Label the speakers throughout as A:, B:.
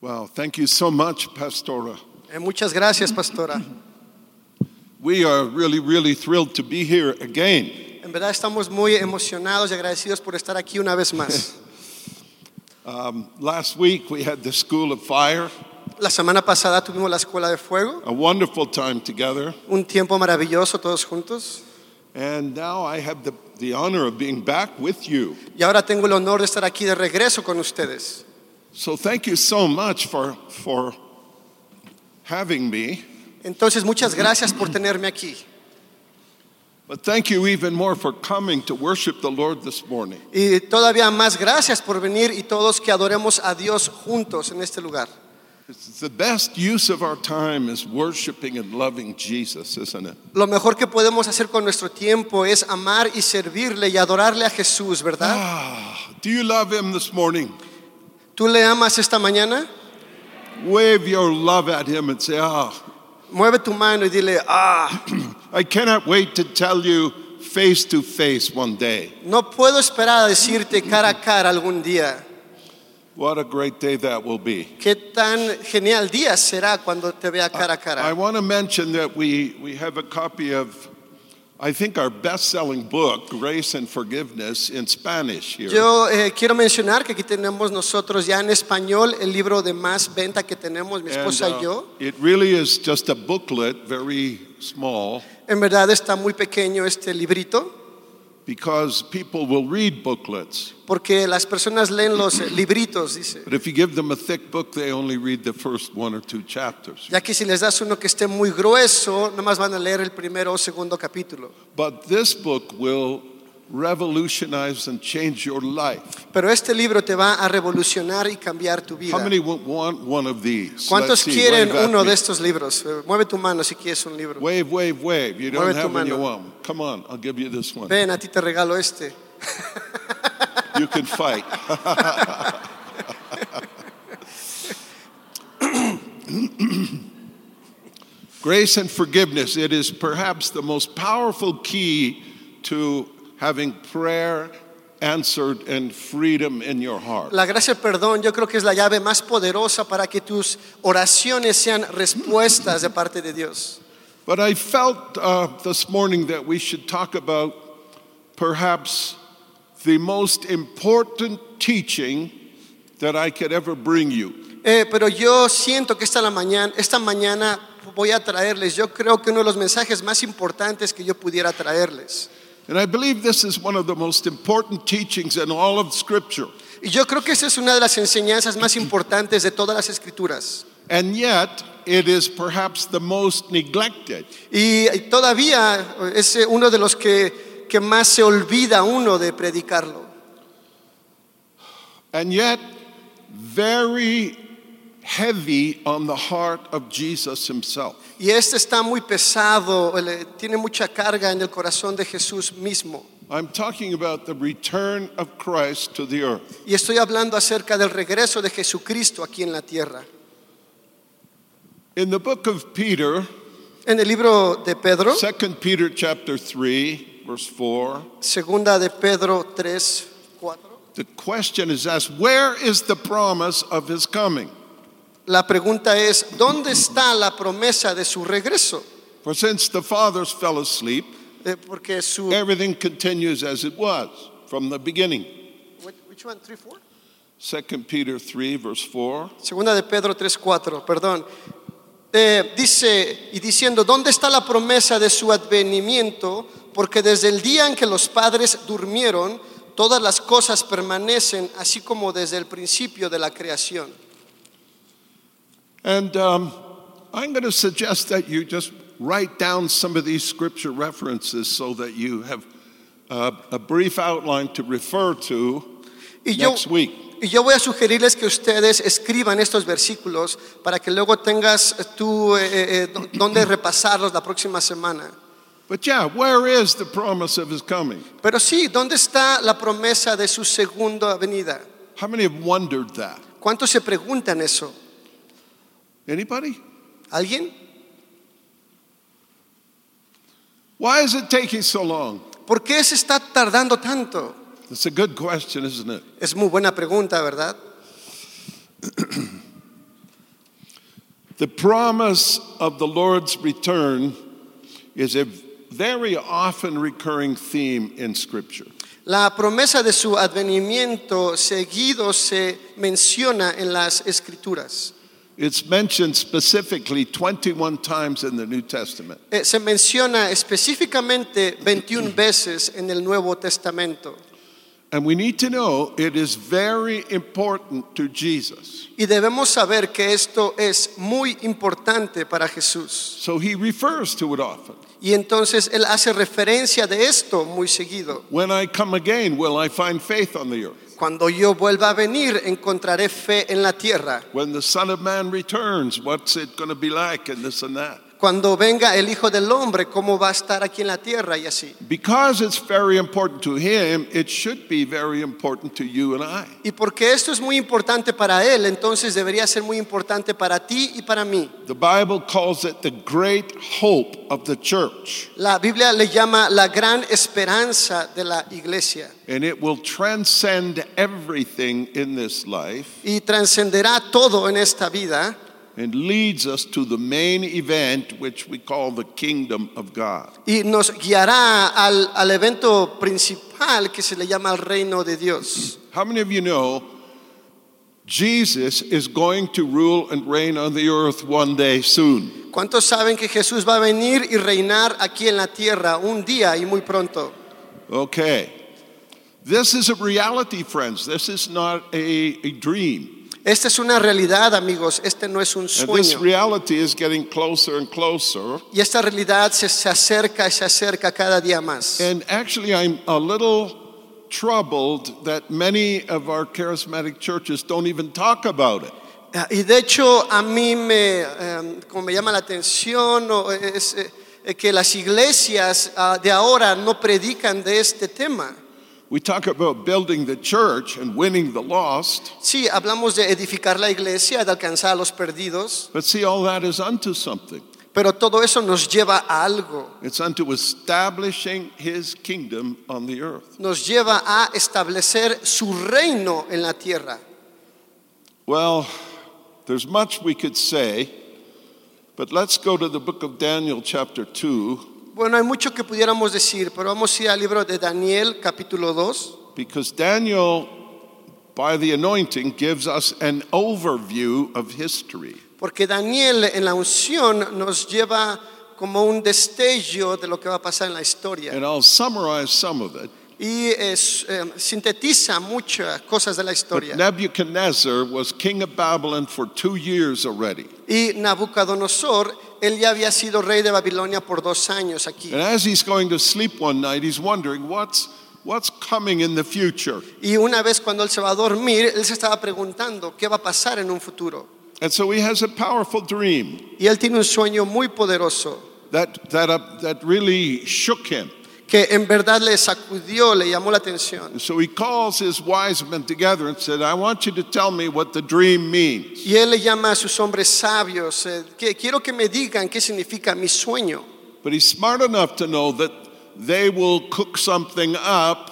A: Well, thank you so much, Pastora.
B: Eh, muchas gracias, pastora.
A: We are really, really thrilled to be here again.
B: En verdad estamos muy emocionados y agradecidos por estar aquí una vez más.
A: Last week we had the School of Fire,
B: La semana pasada tuvimos la escuela de fuego,
A: a wonderful time together.
B: un tiempo maravilloso todos juntos.
A: And now I have the, the honor of being back with you.
B: Y ahora tengo el honor de estar aquí de regreso con ustedes.
A: So thank you so much for, for having me.
B: Entonces, muchas gracias por tenerme aquí.
A: But thank you even more for coming to worship the Lord this morning.
B: Y todavía más gracias por venir y todos que adoremos a Dios juntos en este lugar.
A: It's the best use of our time is worshiping and loving Jesus, isn't it?
B: Lo mejor que podemos hacer con nuestro tiempo es amar y servirle y adorarle a Jesús, ¿verdad?
A: Ah, do you love Him this morning?
B: ¿Tú le amas esta mañana?
A: Wave your love at Him and say, Ah,
B: Mueve tu mano y dile, ah,
A: I cannot wait to tell you face to face one day.
B: no puedo esperar a decirte cara a cara algún día.
A: What a great day that will be.
B: Qué tan genial día será cuando te vea cara a
A: Ah, I
B: cara.
A: want to mention that we, we have a copy of, I think, our best selling book, Grace and Forgiveness, in Spanish here.
B: Yo eh, quiero mencionar que aquí tenemos nosotros ya en español el libro de más venta que tenemos, mi
A: And,
B: esposa
A: uh,
B: y yo.
A: it really is just a booklet, very small,
B: En verdad está muy pequeño este librito
A: because people will read booklets.
B: porque las personas leen los eh, libritos, dice.
A: But if you give them a thick book, they only read the first one or two chapters.
B: Ya que si les das uno que esté muy grueso, nomás van a leer el primero o segundo capítulo.
A: But this book will revolutionize and change your life.
B: Pero este libro te va a revolucionar y cambiar tu
A: How
B: vida.
A: many would want one of these? Let's
B: ¿Cuántos
A: see,
B: quieren
A: wave at
B: uno
A: me.
B: de estos libros? Eh, Mueve tu mano si quieres un libro.
A: Wave, wave, wave. You don't
B: Mueve tu
A: have one, you
B: mano.
A: want. one. Come on, I'll give you this one.
B: Ven, a ti te regalo este.
A: You can fight. Grace and forgiveness, it is perhaps the most powerful key to having prayer answered and freedom in your heart.
B: La gracia y perdón yo creo que es la llave más poderosa para que tus oraciones sean respuestas de parte de Dios.
A: But I felt uh, this morning that we should talk about perhaps the most important teaching that I could ever bring you.
B: Eh, pero yo siento que esta, la mañana, esta mañana voy a traerles, yo creo que uno de los mensajes más importantes que yo pudiera traerles.
A: And I believe this is one of the most important teachings in all of Scripture.
B: Y yo creo que esta es una de las enseñanzas más importantes de todas las escrituras.
A: And yet, it is perhaps the most neglected.
B: Y y todavía es eh, uno de los que, que más se olvida uno de predicarlo.
A: And yet, very heavy on the heart of Jesus himself.
B: Y este está muy pesado, le- tiene mucha carga en el corazón de Jesús mismo.
A: I'm talking about the return of Christ to the earth.
B: Y estoy hablando acerca del regreso de Jesucristo aquí en la tierra.
A: In the book of Peter,
B: En el libro de Pedro,
A: 2 Peter chapter 3, verse 4,
B: segunda de Pedro 3, 4,
A: the question is asked, where is the promise of his coming?
B: la pregunta es, ¿dónde está la promesa de su regreso?
A: For since the fathers fell asleep,
B: Eh, porque su...
A: everything continues as it was from the beginning.
B: Which one? Three, four?
A: 2 Peter 3, verse 4.
B: Segunda de Pedro 3:4, perdón. Eh, dice y diciendo, ¿dónde está la promesa de su advenimiento? Porque desde el día en que los padres durmieron, todas las cosas permanecen así como desde el principio de la creación.
A: And um, I'm going to suggest that you just write down some of these scripture references so that you have uh, a brief outline to refer to
B: Y yo,
A: next week.
B: y yo voy a sugerirles que ustedes escriban estos versículos para que luego tengas eh, tú eh, eh, do- dónde repasarlos la próxima semana.
A: But yeah, where is the promise of his coming?
B: Pero sí, ¿dónde está la promesa de su segunda venida?
A: How many have wondered that?
B: ¿Cuántos se preguntan eso?
A: Anybody?
B: ¿Alguien?
A: Why is it taking so long?
B: ¿Por qué se está tardando tanto?
A: It's a good question, isn't it?
B: Es muy buena pregunta, ¿verdad?
A: The promise of the Lord's return is a very often recurring theme in Scripture.
B: La promesa de su advenimiento seguido se menciona en las escrituras.
A: It's mentioned specifically 21 times in the New Testament.
B: Eh, se menciona específicamente 21 veces en el Nuevo Testamento.
A: And we need to know it is very important to Jesus.
B: Y debemos saber que esto es muy importante para Jesús.
A: So he refers to it often.
B: Y entonces él hace referencia de esto muy seguido.
A: When I come again, will I find faith on the earth?
B: Cuando yo vuelva a venir, encontraré fe en la tierra.
A: When the Son of Man returns, what's it going to be like and this and that?
B: Cuando venga el Hijo del Hombre, ¿cómo va a estar aquí en la tierra? Y así.
A: Because it's very important to him, it should be very important to you and I.
B: Y porque esto es muy importante para él, entonces debería ser muy importante para ti y para mí.
A: The Bible calls it the great hope of the church,
B: La Biblia le llama la gran esperanza de la iglesia
A: and it will transcend everything in this life
B: y trascenderá todo en esta vida
A: and leads us to the main event, which we call the kingdom of God.
B: y nos guiará al, al evento principal que se le llama el reino de Dios.
A: How many of you know Jesus is going to rule and reign on the earth one day soon?
B: ¿Cuántos saben que Jesús va a venir y reinar aquí en la tierra un día y muy pronto?
A: Okay. This is a reality, friends. This is not a, a dream.
B: Esta es una realidad, amigos, este no es un
A: And this
B: sueño.
A: reality is getting closer and closer.
B: Y esta realidad se, se acerca y se acerca cada día más.
A: And actually, I'm a little troubled that many of our charismatic churches don't even talk about it.
B: Ah, Y de hecho a mí me, eh, como me llama la atención, o es eh, eh, que las iglesias ah, de ahora no predican de este tema.
A: We talk about building the church and winning the lost,
B: Sí, hablamos de edificar la iglesia, de alcanzar a los perdidos,
A: but see, all that is unto something.
B: pero todo eso nos lleva a algo,
A: It's unto establishing his kingdom on the earth.
B: nos lleva a establecer su reino en la tierra.
A: Well, there's much we could say, but let's go to the book of Daniel, chapter 2,
B: Bueno, hay mucho que pudiéramos decir, pero vamos a ir al libro de Daniel capítulo 2.
A: because Daniel, by the anointing, gives us an overview of history.
B: Porque Daniel en la unción nos lleva como un destello de lo que va a pasar en la historia.
A: And I'll summarize some of it.
B: Y es, eh, sintetiza muchas cosas de la
A: But
B: historia.
A: Nebuchadnezzar was king of Babylon for two years already.
B: Y Nabucodonosor, él ya había sido rey de Babilonia por dos años aquí.
A: And as he's going to sleep one night, he's wondering what's, what's coming in the future.
B: Y una vez cuando él se va a dormir, él se estaba preguntando qué va a pasar en un futuro.
A: And so he has a powerful dream
B: Y él tiene un sueño muy poderoso
A: that, that, uh, that really shook him.
B: que en verdad le sacudió, le llamó la atención.
A: And so he calls his wise men together and said, I want you to tell me what the dream means.
B: Y él le llama a sus hombres sabios, eh, que quiero que me digan qué significa mi sueño.
A: But he's smart enough to know that they will cook something up.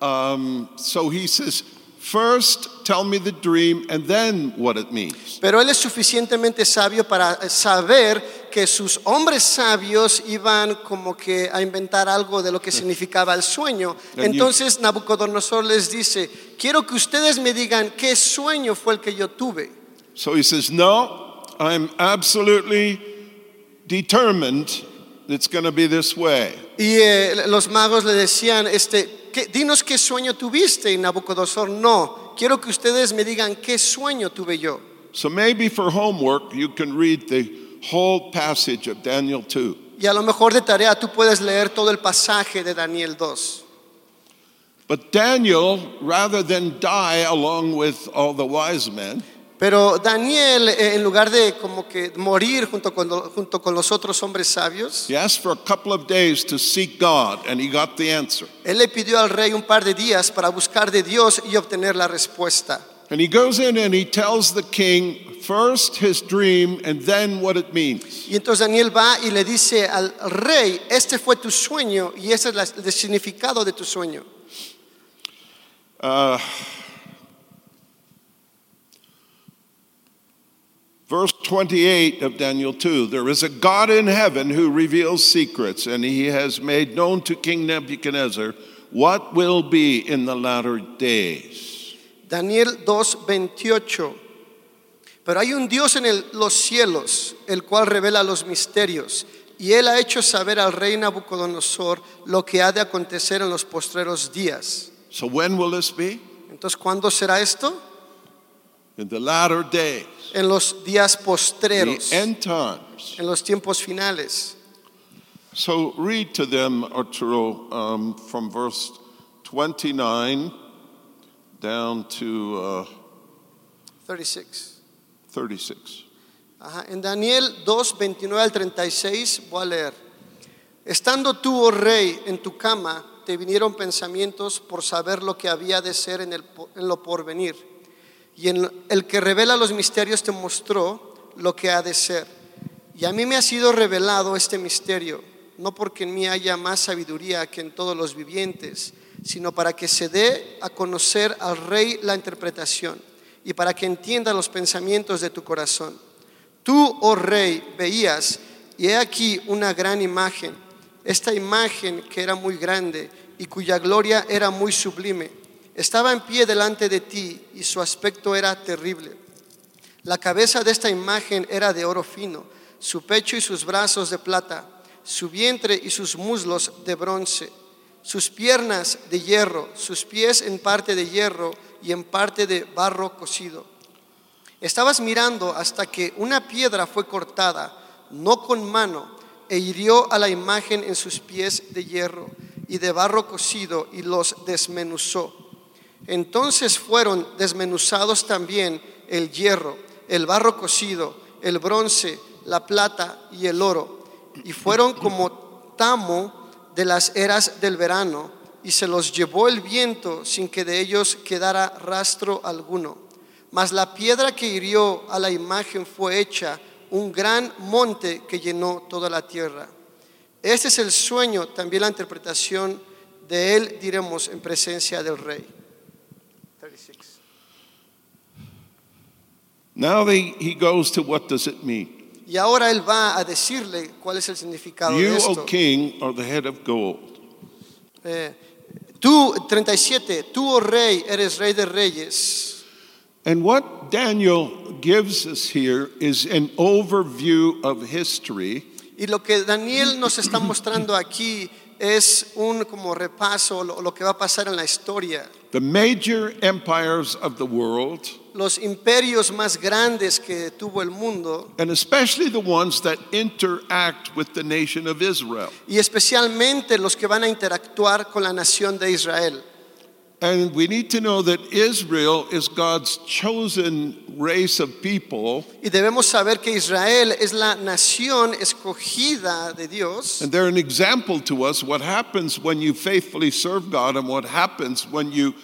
A: Um, so he says, First, tell me the dream and then what it means.
B: Pero él es suficientemente sabio para saber que sus hombres sabios iban como que a inventar algo de lo que significaba el sueño.
A: And you-
B: Entonces Nabucodonosor les dice, quiero que ustedes me digan qué sueño fue el que yo tuve.
A: So he says, No, I'm absolutely determined it's going to be this way.
B: Y eh, los magos le decían, este, "¿Qué- dinos qué sueño tuviste. Y Nabucodonosor, no, quiero que ustedes me digan qué sueño tuve yo.
A: So maybe for homework, you can read the whole passage of Daniel 2.
B: Y a lo mejor de tarea tú puedes leer todo el pasaje de Daniel 2.
A: But Daniel, rather than die along with all the wise men,
B: Pero Daniel, eh, en lugar de como que morir junto con, lo- junto con los otros hombres sabios,
A: he asked for a couple of days to seek God, and he got the answer.
B: él le pidió al rey un par de días para buscar de Dios y obtener la respuesta.
A: And he goes in and he tells the king first his dream and then what it means.
B: Y entonces Daniel va y le dice al rey, este fue tu sueño y ese es la- el significado de tu sueño.
A: Uh, Verse 28 of Daniel 2 There is a God in heaven who reveals secrets, and he has made known to King Nebuchadnezzar what will be in the latter days.
B: Daniel 2:28. Pero hay un Dios en el- los cielos, el cual revela los misterios, y él ha hecho saber al rey Nabucodonosor lo que ha de acontecer en los postreros días.
A: So, when will this be?
B: Entonces, ¿cuándo será esto?
A: In the latter days,
B: En los días
A: the
B: postreros, en
A: end times.
B: los tiempos finales.
A: So, read to them, Arturo, um, from verse 29 down to uh,
B: 36.
A: 36.
B: Ajá, En Daniel 2, 29 al 36, voy a leer. Estando tú, oh rey, en tu cama, te vinieron pensamientos por saber lo que había de ser en, el po- en lo porvenir. Y en el que revela los misterios te mostró lo que ha de ser. Y a mí me ha sido revelado este misterio, no porque en mí haya más sabiduría que en todos los vivientes, sino para que se dé a conocer al rey la interpretación y para que entienda los pensamientos de tu corazón. Tú, oh rey, veías, y he aquí una gran imagen, esta imagen que era muy grande y cuya gloria era muy sublime. Estaba en pie delante de ti y su aspecto era terrible. La cabeza de esta imagen era de oro fino, su pecho y sus brazos de plata, su vientre y sus muslos de bronce, sus piernas de hierro, sus pies en parte de hierro y en parte de barro cocido. Estabas mirando hasta que una piedra fue cortada, no con mano, e hirió a la imagen en sus pies de hierro y de barro cocido y los desmenuzó. Entonces fueron desmenuzados también el hierro, el barro cocido, el bronce, la plata y el oro, y fueron como tamo de las eras del verano, y se los llevó el viento sin que de ellos quedara rastro alguno. Mas la piedra que hirió a la imagen fue hecha un gran monte que llenó toda la tierra. Este es el sueño, también la interpretación de él diremos en presencia del rey.
A: Now they, he goes to what does it mean?
B: Y ahora él va a decirle cuál es el significado de
A: You,
B: esto.
A: O king, are the head of gold.
B: Eh, tú, 37, tú, oh rey, eres rey de reyes.
A: And what Daniel gives us here is an overview of history
B: Y lo que Daniel nos está mostrando aquí es un como repaso, lo, lo que va a pasar en la historia.
A: the major empires of the world,
B: Los imperios más grandes que tuvo el mundo
A: and especially the ones that interact with the nation of Israel.
B: y especialmente los que van a interactuar con la nación de Israel.
A: And we need to know that Israel is God's chosen race of people,
B: Y debemos saber que Israel es la nación escogida de Dios.
A: and they're an example to us what happens when you faithfully serve God and what happens when you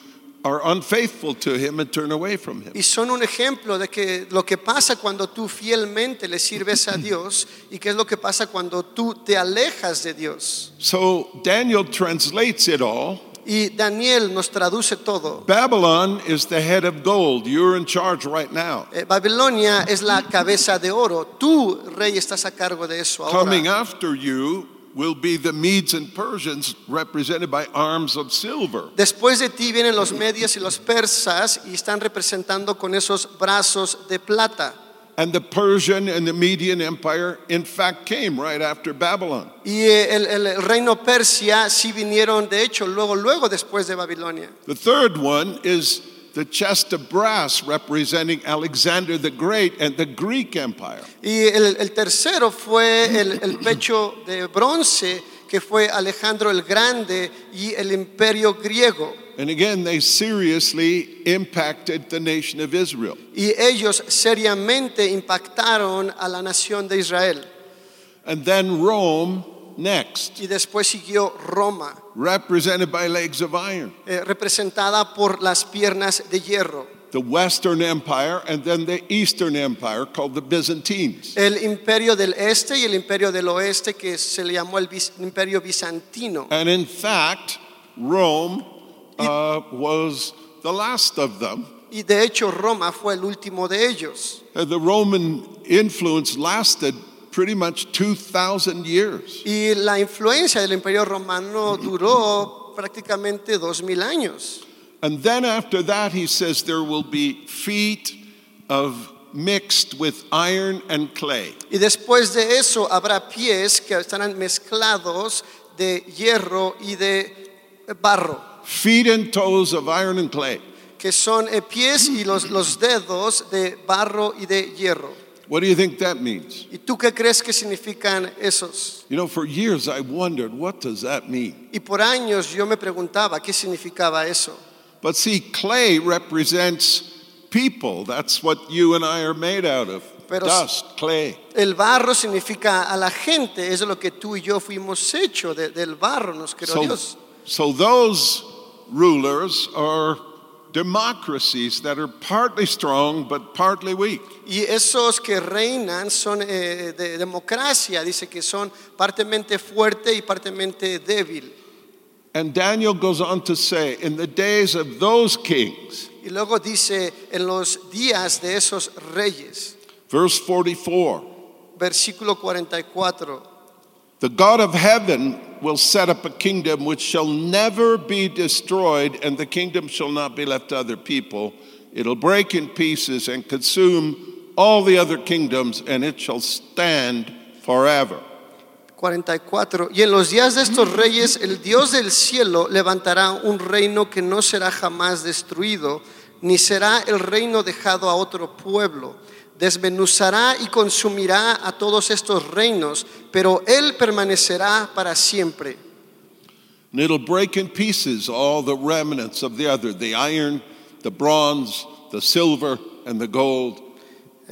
A: are unfaithful to Him and turn away from Him.
B: Y son un ejemplo de que lo que pasa cuando tú fielmente le sirves a Dios y qué es lo que pasa cuando tú te alejas de Dios.
A: So Daniel translates it all.
B: Y Daniel nos traduce todo.
A: Babylon is the head of gold. You're in charge right now.
B: Eh, Babilonia es la cabeza de oro. Tú, rey, estás a cargo de eso
A: Coming
B: ahora.
A: after you will be the Medes and Persians represented by arms of silver.
B: Después de ti vienen los medios y los persas y están representando con esos brazos de plata.
A: And the Persian and the Median Empire, in fact, came right after Babylon.
B: Y eh, el, el- el reino persia sí vinieron, de hecho, luego, luego después de Babilonia.
A: The third one is the chest of brass representing Alexander the Great and the Greek Empire.
B: Y el, el tercero fue el, el pecho de bronce, que fue Alejandro el Grande y el imperio griego.
A: And again, they seriously impacted the nation of Israel.
B: Y ellos seriamente impactaron a la nación de Israel.
A: And then Rome next,
B: Y después siguió Roma,
A: represented by legs of iron.
B: eh, representada por las piernas de hierro.
A: the Western Empire and then the Eastern Empire called the Byzantines.
B: El imperio del este y el imperio del oeste, que se le llamó el bis- imperio bizantino.
A: And in fact, Rome uh, was the last of them
B: y de hecho Roma fue el último de ellos.
A: And Uh, the Roman influence lasted pretty much 2,000 years.
B: Y la influencia del imperio romano duró prácticamente dos mil años.
A: And then after that, he says there will be feet of mixed with iron and clay.
B: Y después de eso habrá pies que estarán mezclados de hierro y de barro,
A: Feet and toes of iron and clay.
B: que son eh, pies y los, los dedos de barro y de hierro.
A: What do you think that means?
B: ¿Y tú qué crees que significan esos?
A: You know, for years I wondered, what does that mean?
B: Y por años yo me preguntaba qué significaba eso.
A: But see, clay represents people. That's what you and I are made out of
B: Pero-
A: dust, clay.
B: El barro significa a la gente, es lo que tú y yo fuimos hechos de- del barro, nos creó
A: So,
B: Dios.
A: so those rulers are democracies that are partly strong but partly weak.
B: Y esos que reinan son eh, de democracia, dice que son partemente fuerte y partemente débil.
A: And Daniel goes on to say, in the days of those kings,
B: Y luego dice en los días de esos reyes,
A: verse 44.
B: versículo 44,
A: The God of heaven will set up a kingdom which shall never be destroyed, and the kingdom shall not be left to other people. It'll break in pieces and consume all the other kingdoms, and it shall stand forever.
B: 44. Y en los días de estos reyes, el Dios del cielo levantará un reino que no será jamás destruido, ni será el reino dejado a otro pueblo. Desmenuzará y consumirá a todos estos reinos, pero Él permanecerá para siempre.
A: And it'll break in pieces all the remnants of the other the iron, the bronze, the silver, and the gold.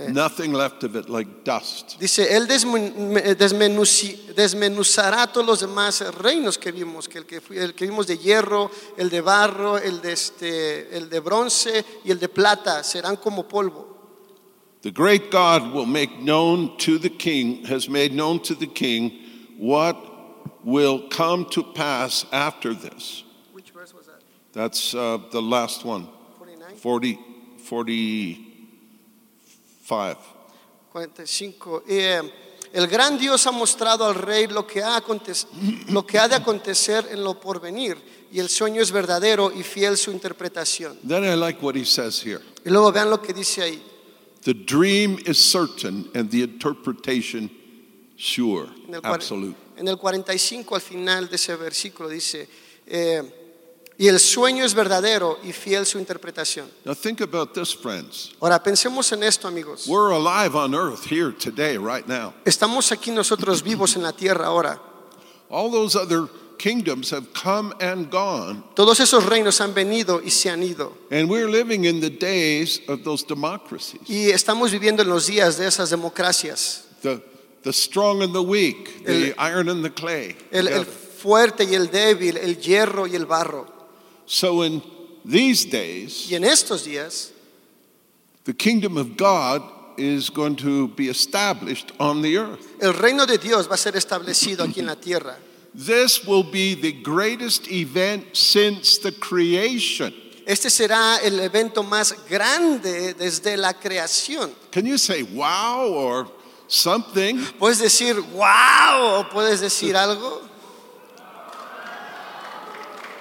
A: Nothing left of it like dust.
B: Dice, Él desmen- eh, desmenuci- desmenuzará todos los demás reinos que vimos, que el que, fui- el que vimos de hierro, el de barro, el de, este, el de bronce y el de plata, serán como polvo.
A: The great God will make known to the king, has made known to the king what will come to pass after this. That's uh, the last one, 40, 45.
B: 45. Eh, el gran Dios ha mostrado al rey lo que, ha aconte- lo que ha de acontecer en lo porvenir, y el sueño es verdadero y fiel su interpretación.
A: Then I like what he says here.
B: Y luego vean lo que dice ahí.
A: The dream is certain and the interpretation sure,
B: En el, cuar-
A: absolute.
B: en el 45 al final de ese versículo dice, eh, y el sueño es verdadero y fiel su interpretación.
A: Now think about this, friends.
B: Ahora, pensemos en esto, amigos.
A: We're alive on earth here today, right now.
B: Estamos aquí nosotros vivos en la tierra ahora.
A: All those other kingdoms have come and gone.
B: Todos esos reinos han venido y se han ido.
A: And we're living in the days of those democracies.
B: Y estamos viviendo en los días de esas democracias.
A: The, the strong and the weak, the
B: El-
A: iron and the clay.
B: El, el
A: together.
B: fuerte y el débil, el hierro y el barro.
A: so in these days,
B: Y en estos días,
A: the kingdom of God is going to be established on the earth.
B: el reino de Dios va a ser establecido aquí en la tierra.
A: This will be the greatest event since the creation.
B: Este será el evento más grande desde la creación.
A: Can you say wow or something?
B: Puedes decir, wow, o puedes decir algo.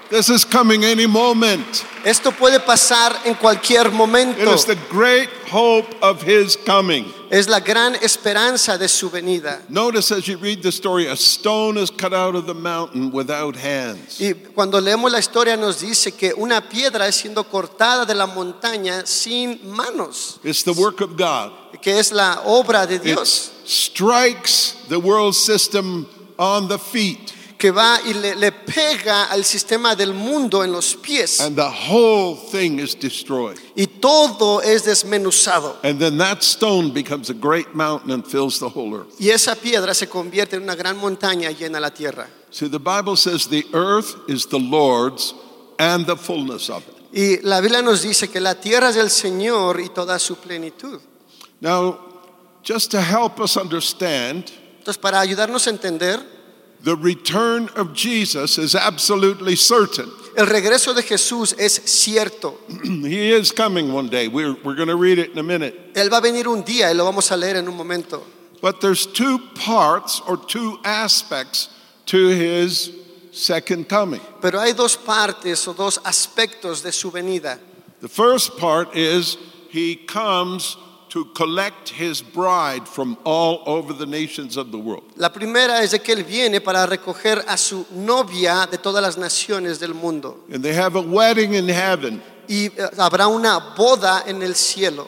A: This is coming any moment.
B: Esto puede pasar en cualquier
A: It
B: momento.
A: is the great hope of his coming.
B: Es la gran esperanza de su venida.
A: Notice as you read the story, a stone is cut out of the mountain without hands.
B: Y cuando leemos la historia nos dice que una piedra es siendo cortada de la montaña sin manos,
A: It's the work of God.
B: que es la obra de
A: It
B: Dios,
A: strikes the world system on the feet,
B: que va y le, le pega al sistema del mundo en los pies
A: and the whole thing is destroyed.
B: y todo es desmenuzado.
A: And then that stone becomes a great mountain and fills the whole earth.
B: Y esa piedra se convierte en una gran montaña y llena la tierra.
A: See, the Bible says the earth is the Lord's and the fullness of it.
B: Y la Biblia nos dice que la tierra es del Señor y toda su plenitud.
A: Now, just to help us understand,
B: Entonces, para ayudarnos a entender,
A: the return of Jesus is absolutely certain.
B: El regreso de Jesús es cierto.
A: He is coming one day. We're, we're going to read it in a minute.
B: Él va a venir un día y lo vamos a leer en un momento.
A: But there's two parts or two aspects to his second coming.
B: Pero hay dos partes o dos aspectos de su venida.
A: The first part is he comes to collect his bride from all over the nations of the world.
B: La primera es de que Él viene para recoger a su novia de todas las naciones del mundo.
A: And they have a wedding in heaven,
B: Y eh, habrá una boda en el cielo.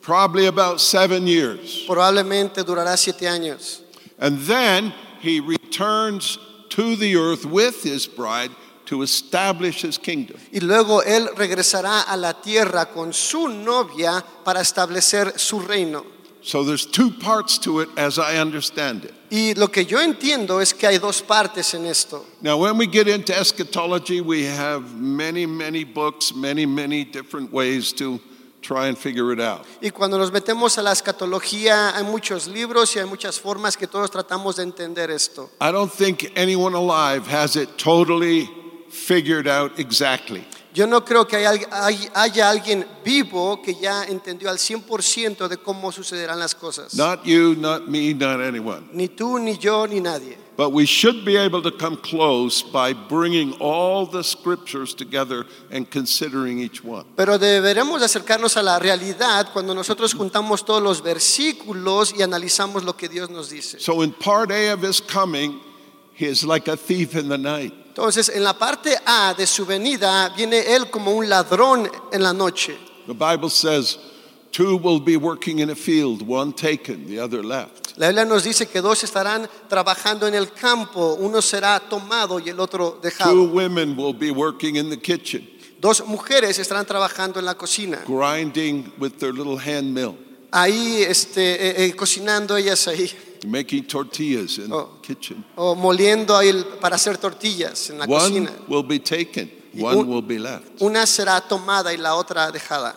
A: probably about seven years.
B: Probablemente durará siete años.
A: And then he returns to the earth with his bride to establish his kingdom.
B: Y luego Él regresará a la tierra con su novia para establecer su reino.
A: So there's two parts to it as I understand it.
B: Y lo que yo entiendo es que hay dos partes en esto.
A: Now, when we get into eschatology, we have many, many books, many, many different ways to try and figure it out.
B: Y cuando nos metemos a la escatología, hay muchos libros y hay muchas formas que todos tratamos de entender esto.
A: I don't think anyone alive has it totally figured out exactly.
B: Yo no creo que hay al- hay- haya alguien vivo que ya entendió al 100% de cómo sucederán las cosas.
A: Not you, not me, not anyone.
B: Ni tú, ni yo, ni nadie.
A: But we should be able to come close by bringing all the scriptures together and considering each one.
B: Pero deberemos de acercarnos a la realidad cuando nosotros juntamos todos los versículos y analizamos lo que Dios nos dice.
A: So, in part A of his coming, he is like a thief in the night.
B: Entonces, en la parte A de su venida, viene Él como un ladrón en la noche.
A: The Bible says two will be working in a field, one taken, the other left.
B: La Biblia nos dice que dos estarán trabajando en el campo, uno será tomado y el
A: Two
B: otro dejado.
A: women will be working in the kitchen,
B: Dos mujeres estarán trabajando en la cocina,
A: grinding with their little hand mill,
B: ahí este, eh, eh, cocinando ellas ahí,
A: making tortillas in
B: Oh.
A: the kitchen.
B: o moliendo ahí el- para hacer tortillas en la
A: One
B: cocina.
A: will be taken,
B: Y
A: one
B: un-
A: will be left.
B: Una será tomada y la otra dejada.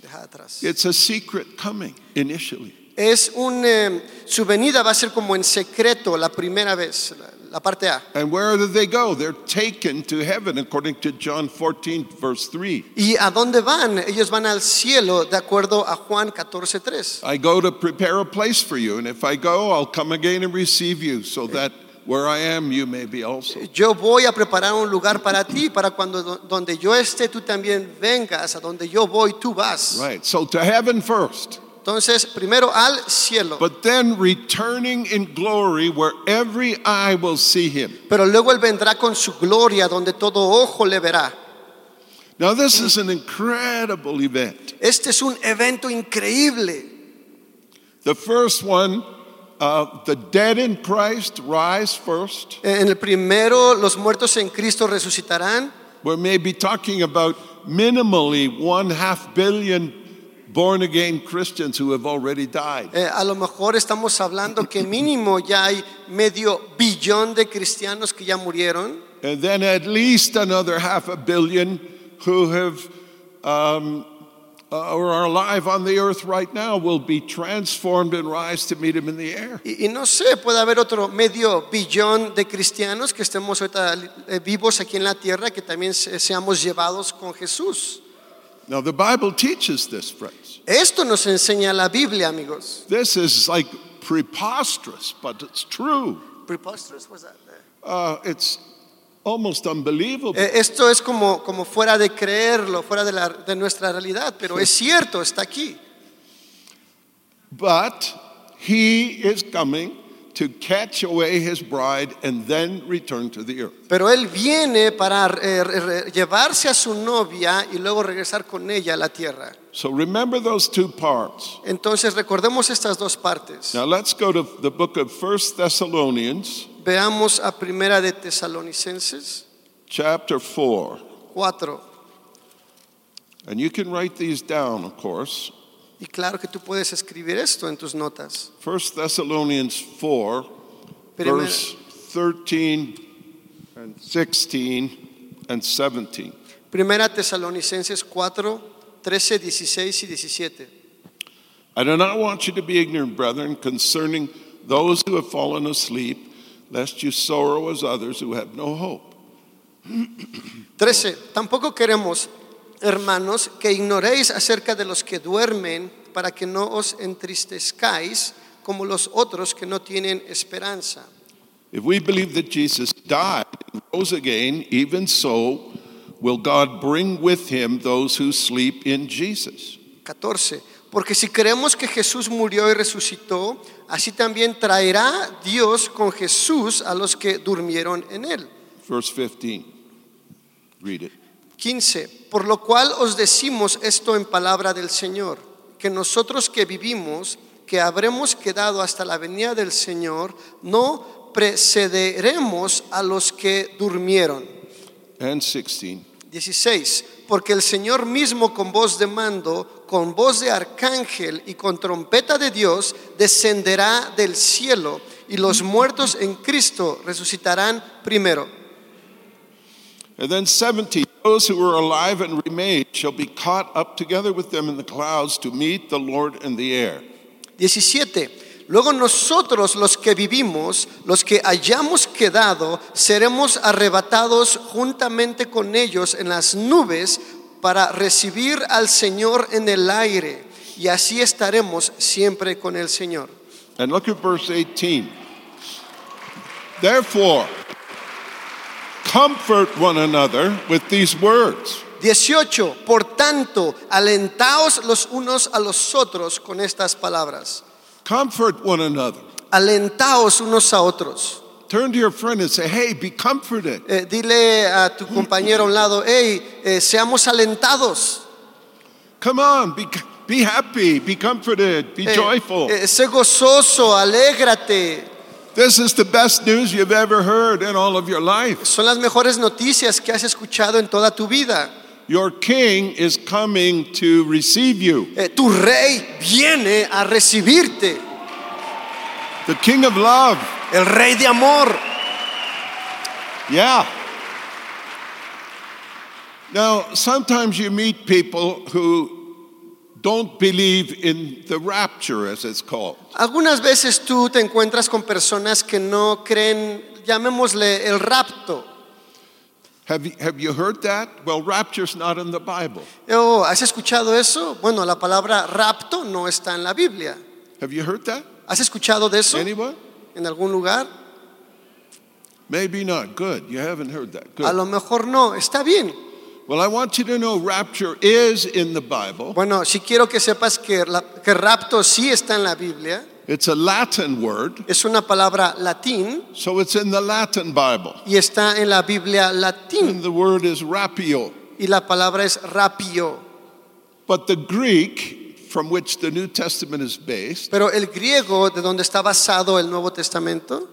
B: Dejada atrás.
A: It's a secret coming initially.
B: Es un, eh, su venida va a ser como en secreto la primera vez, la- la parte A.
A: And where do they go? They're taken to heaven according to John 14, verse 3.
B: ¿Y a dónde van? Ellos van al cielo, de acuerdo a Juan 14:3.
A: I go to prepare a place for you, and if I go, I'll come again and receive you, so that where I am, you may be also.
B: Yo voy a preparar un lugar para ti, para cuando do- donde yo esté, tú también vengas, a donde yo voy, tú vas.
A: Right, so to heaven first,
B: Entonces, primero al cielo,
A: but then returning in glory where every eye will see him.
B: pero luego Él vendrá con su gloria, donde todo ojo le verá.
A: Now, this is an incredible event.
B: Este es un evento increíble.
A: The first one, uh, the dead in Christ rise first.
B: Eh, En el primero, los muertos en Cristo resucitarán.
A: We're maybe talking about minimally one half billion born again Christians who have already died.
B: Eh, a lo mejor estamos hablando que mínimo ya hay medio billón de cristianos que ya murieron.
A: And then at least another half a billion who have um, uh, or are alive on the earth right now will be transformed and rise to meet him in the air.
B: Y, y no sé, puede haber otro medio billón de cristianos que estemos ahorita eh, vivos aquí en la tierra que también se- seamos llevados con Jesús.
A: Now, the Bible teaches this, friends.
B: Esto nos enseña la Biblia, amigos.
A: This is like preposterous, but it's true. Uh, it's almost unbelievable.
B: Eh, esto es como, como fuera de creerlo, fuera de, la- de nuestra realidad, pero es cierto, está aquí.
A: But he is coming to catch away his bride and then return to the earth.
B: Pero él viene para eh, re- re- llevarse a su novia y luego regresar con ella a la tierra.
A: So remember those two parts.
B: Entonces recordemos estas dos partes.
A: Now let's go to the book of First Thessalonians,
B: Veamos a primera de Tesalonicenses
A: chapter 4.
B: 4.
A: And you can write these down, of course.
B: Y claro que tú puedes escribir esto en tus notas.
A: First Thessalonians 4,
B: Primera,
A: verse 13 and 16 and 17.
B: primera Tesalonicenses 4, 13, 16 y 17.
A: I do not want you to be ignorant, brethren, concerning those who have fallen asleep, lest you sorrow as others who have no hope.
B: 13. Tampoco queremos, hermanos, que ignoréis acerca de los que duermen para que no os entristezcáis como los otros que no tienen esperanza.
A: If we believe that Jesus died and rose again, even so will God bring with him those who sleep in Jesus.
B: 14. Porque si creemos que Jesús murió y resucitó, así también traerá Dios con Jesús a los que durmieron en él.
A: Verse 15. Read it.
B: 15. Por lo cual os decimos esto en palabra del Señor, que nosotros que vivimos, que habremos quedado hasta la venida del Señor, no precederemos a los que durmieron.
A: And 16.
B: 16. Porque el Señor mismo con voz de mando, con voz de arcángel y con trompeta de Dios descenderá del cielo y los muertos en Cristo resucitarán primero.
A: And then 17. Those who are alive and remain shall be caught up together with them in the clouds to meet the Lord in the air.
B: 17. Luego nosotros los que vivimos, los que hayamos quedado, seremos arrebatados juntamente con ellos en las nubes para recibir al Señor en el aire. Y así estaremos siempre con el Señor.
A: And look at verse 18. Therefore, comfort one another with these words.
B: 18. Por tanto, alentaos los unos a los otros con estas palabras.
A: Comfort one another.
B: Alentaos unos a otros.
A: Turn to your friend and say, hey, be comforted.
B: Eh, dile a tu compañero a un lado, hey, eh, seamos alentados.
A: Come on, be, be happy, be comforted, be
B: Eh,
A: joyful.
B: eh, sé gozoso, alégrate.
A: This is the best news you've ever heard in all of your life.
B: Son las mejores noticias que has escuchado en toda tu vida.
A: Your king is coming to receive you.
B: Eh, tu rey viene a recibirte.
A: The king of love.
B: El rey de amor.
A: Yeah. Now, sometimes you meet people who don't believe in the rapture, as it's called.
B: Algunas veces tú te encuentras con personas que no creen, llamémosle el rapto.
A: Have you, have you heard that? Well, rapture's not in the Bible.
B: Oh, ¿Has escuchado eso? Bueno, la palabra rapto no está en la Biblia.
A: Have you heard that?
B: ¿Has escuchado de eso
A: Anyone?
B: en algún lugar?
A: Maybe not. Good. You haven't heard that.
B: A
A: Good.
B: lo mejor no. Está bien.
A: Well, I want you to know rapture is in the Bible.
B: Bueno, si quiero que sepas que, la- que rapto sí está en la Biblia,
A: It's a Latin word,
B: es una palabra latín
A: so it's in the Latin Bible.
B: y está en la Biblia latín
A: And the word is rapio.
B: y la palabra es rapio.
A: But the Greek from which the New Testament is based,
B: Pero el griego de donde está basado el Nuevo Testamento,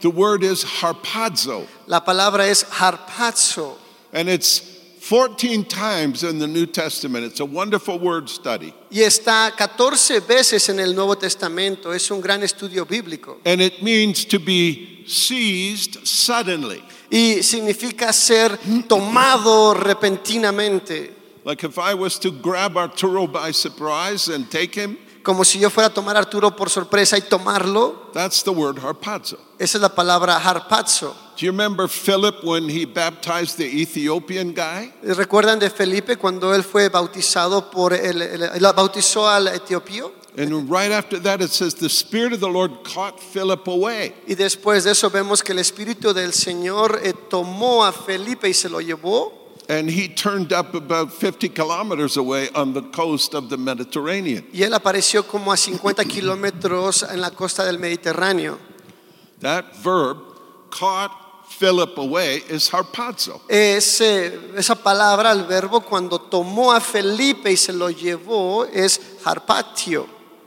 A: the word is harpazo.
B: la palabra es harpazo.
A: And it's 14 times in the New Testament. It's a wonderful word study.
B: Y está 14 veces en el Nuevo Testamento. Es un gran estudio bíblico.
A: And it means to be seized suddenly.
B: y significa ser tomado repentinamente,
A: Like if I was to grab Arturo by surprise and take him,
B: como si yo fuera a tomar a Arturo por sorpresa y tomarlo.
A: that's the word harpazo.
B: Esa es la palabra harpazo.
A: Do you remember Philip when he baptized the Ethiopian guy?
B: Eh, ¿Recuerdan de Felipe cuando él fue bautizado por el, el- la- bautizó al etiopío?
A: And right after that, it says, The Spirit of the Lord caught Philip away.
B: Y después de eso vemos que el espíritu del Señor eh, tomó a Felipe y se lo llevó
A: And he turned up about 50 kilometers away on the coast of the Mediterranean.
B: y él apareció como a 50 kilómetros en la costa del Mediterráneo.
A: That verb, caught Philip away, is harpazo.
B: Ese- esa palabra, el verbo, cuando tomó a Felipe y se lo llevó, es harpatio.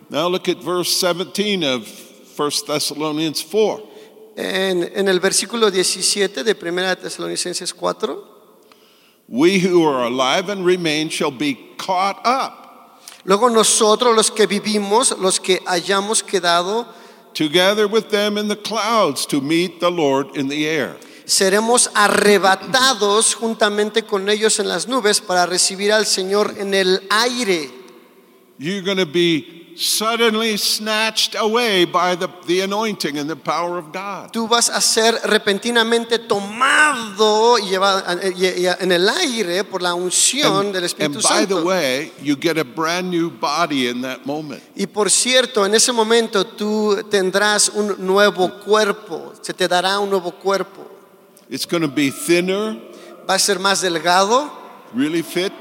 A: Now look at verse 17 of 1 Thessalonians 4.
B: En, en el versículo 17 de 1 de Tesalonicenses 4,
A: We who are alive and remain shall be caught up
B: luego nosotros los que vivimos, los que hayamos quedado,
A: together with them in the clouds to meet the Lord in the air.
B: seremos arrebatados juntamente con ellos en las nubes para recibir al Señor en el aire.
A: You're going to be suddenly snatched away by the, the anointing and the power of God.
B: Tú vas a ser repentinamente tomado y llevado eh, y- y- en el aire por la unción del
A: and
B: Espíritu
A: by the
B: Santo.
A: way, you get a brand new body in that moment.
B: y por cierto, en ese momento tú tendrás un nuevo cuerpo, se te dará un nuevo cuerpo.
A: It's going to be thinner,
B: Va a ser más delgado,
A: really fit,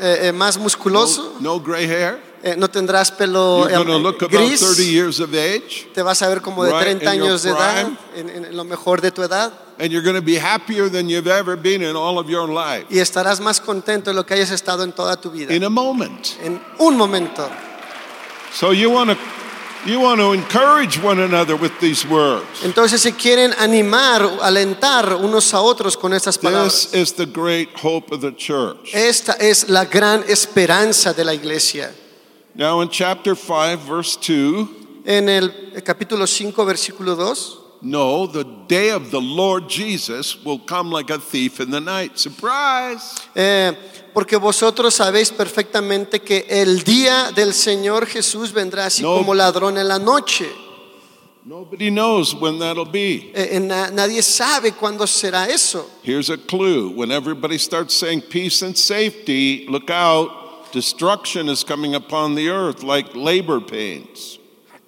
B: eh, eh, más musculoso,
A: no, no gray hair.
B: eh, no tendrás pelo
A: You're
B: eh,
A: going to look about
B: gris.
A: 30 years of age,
B: Te vas a ver como de
A: Right
B: 30
A: in your
B: años de edad,
A: prime.
B: en, en- en lo mejor de tu edad,
A: and you're going to be happier than you've ever been in all of your life.
B: y estarás más contento de lo que hayas estado en toda tu vida.
A: In a moment.
B: En un momento.
A: So you want to you want to encourage one another with these words.
B: Entonces, si quieren animar, alentar unos a otros con estas palabras,
A: This is the great hope of the church.
B: esta es la gran esperanza de la iglesia.
A: Now in chapter 5 verse 2,
B: En el capítulo 5, versículo 2,
A: no, the day of the Lord Jesus will come like a thief in the night. Surprise.
B: eh, porque vosotros sabéis perfectamente que el día del Señor Jesús vendrá así
A: No.
B: como ladrón en la noche.
A: Nobody knows when that'll be.
B: Eh, eh, na- nadie sabe cuándo será eso.
A: Here's a clue. When everybody starts saying peace and safety, look out. Destruction is coming upon the earth like labor pains.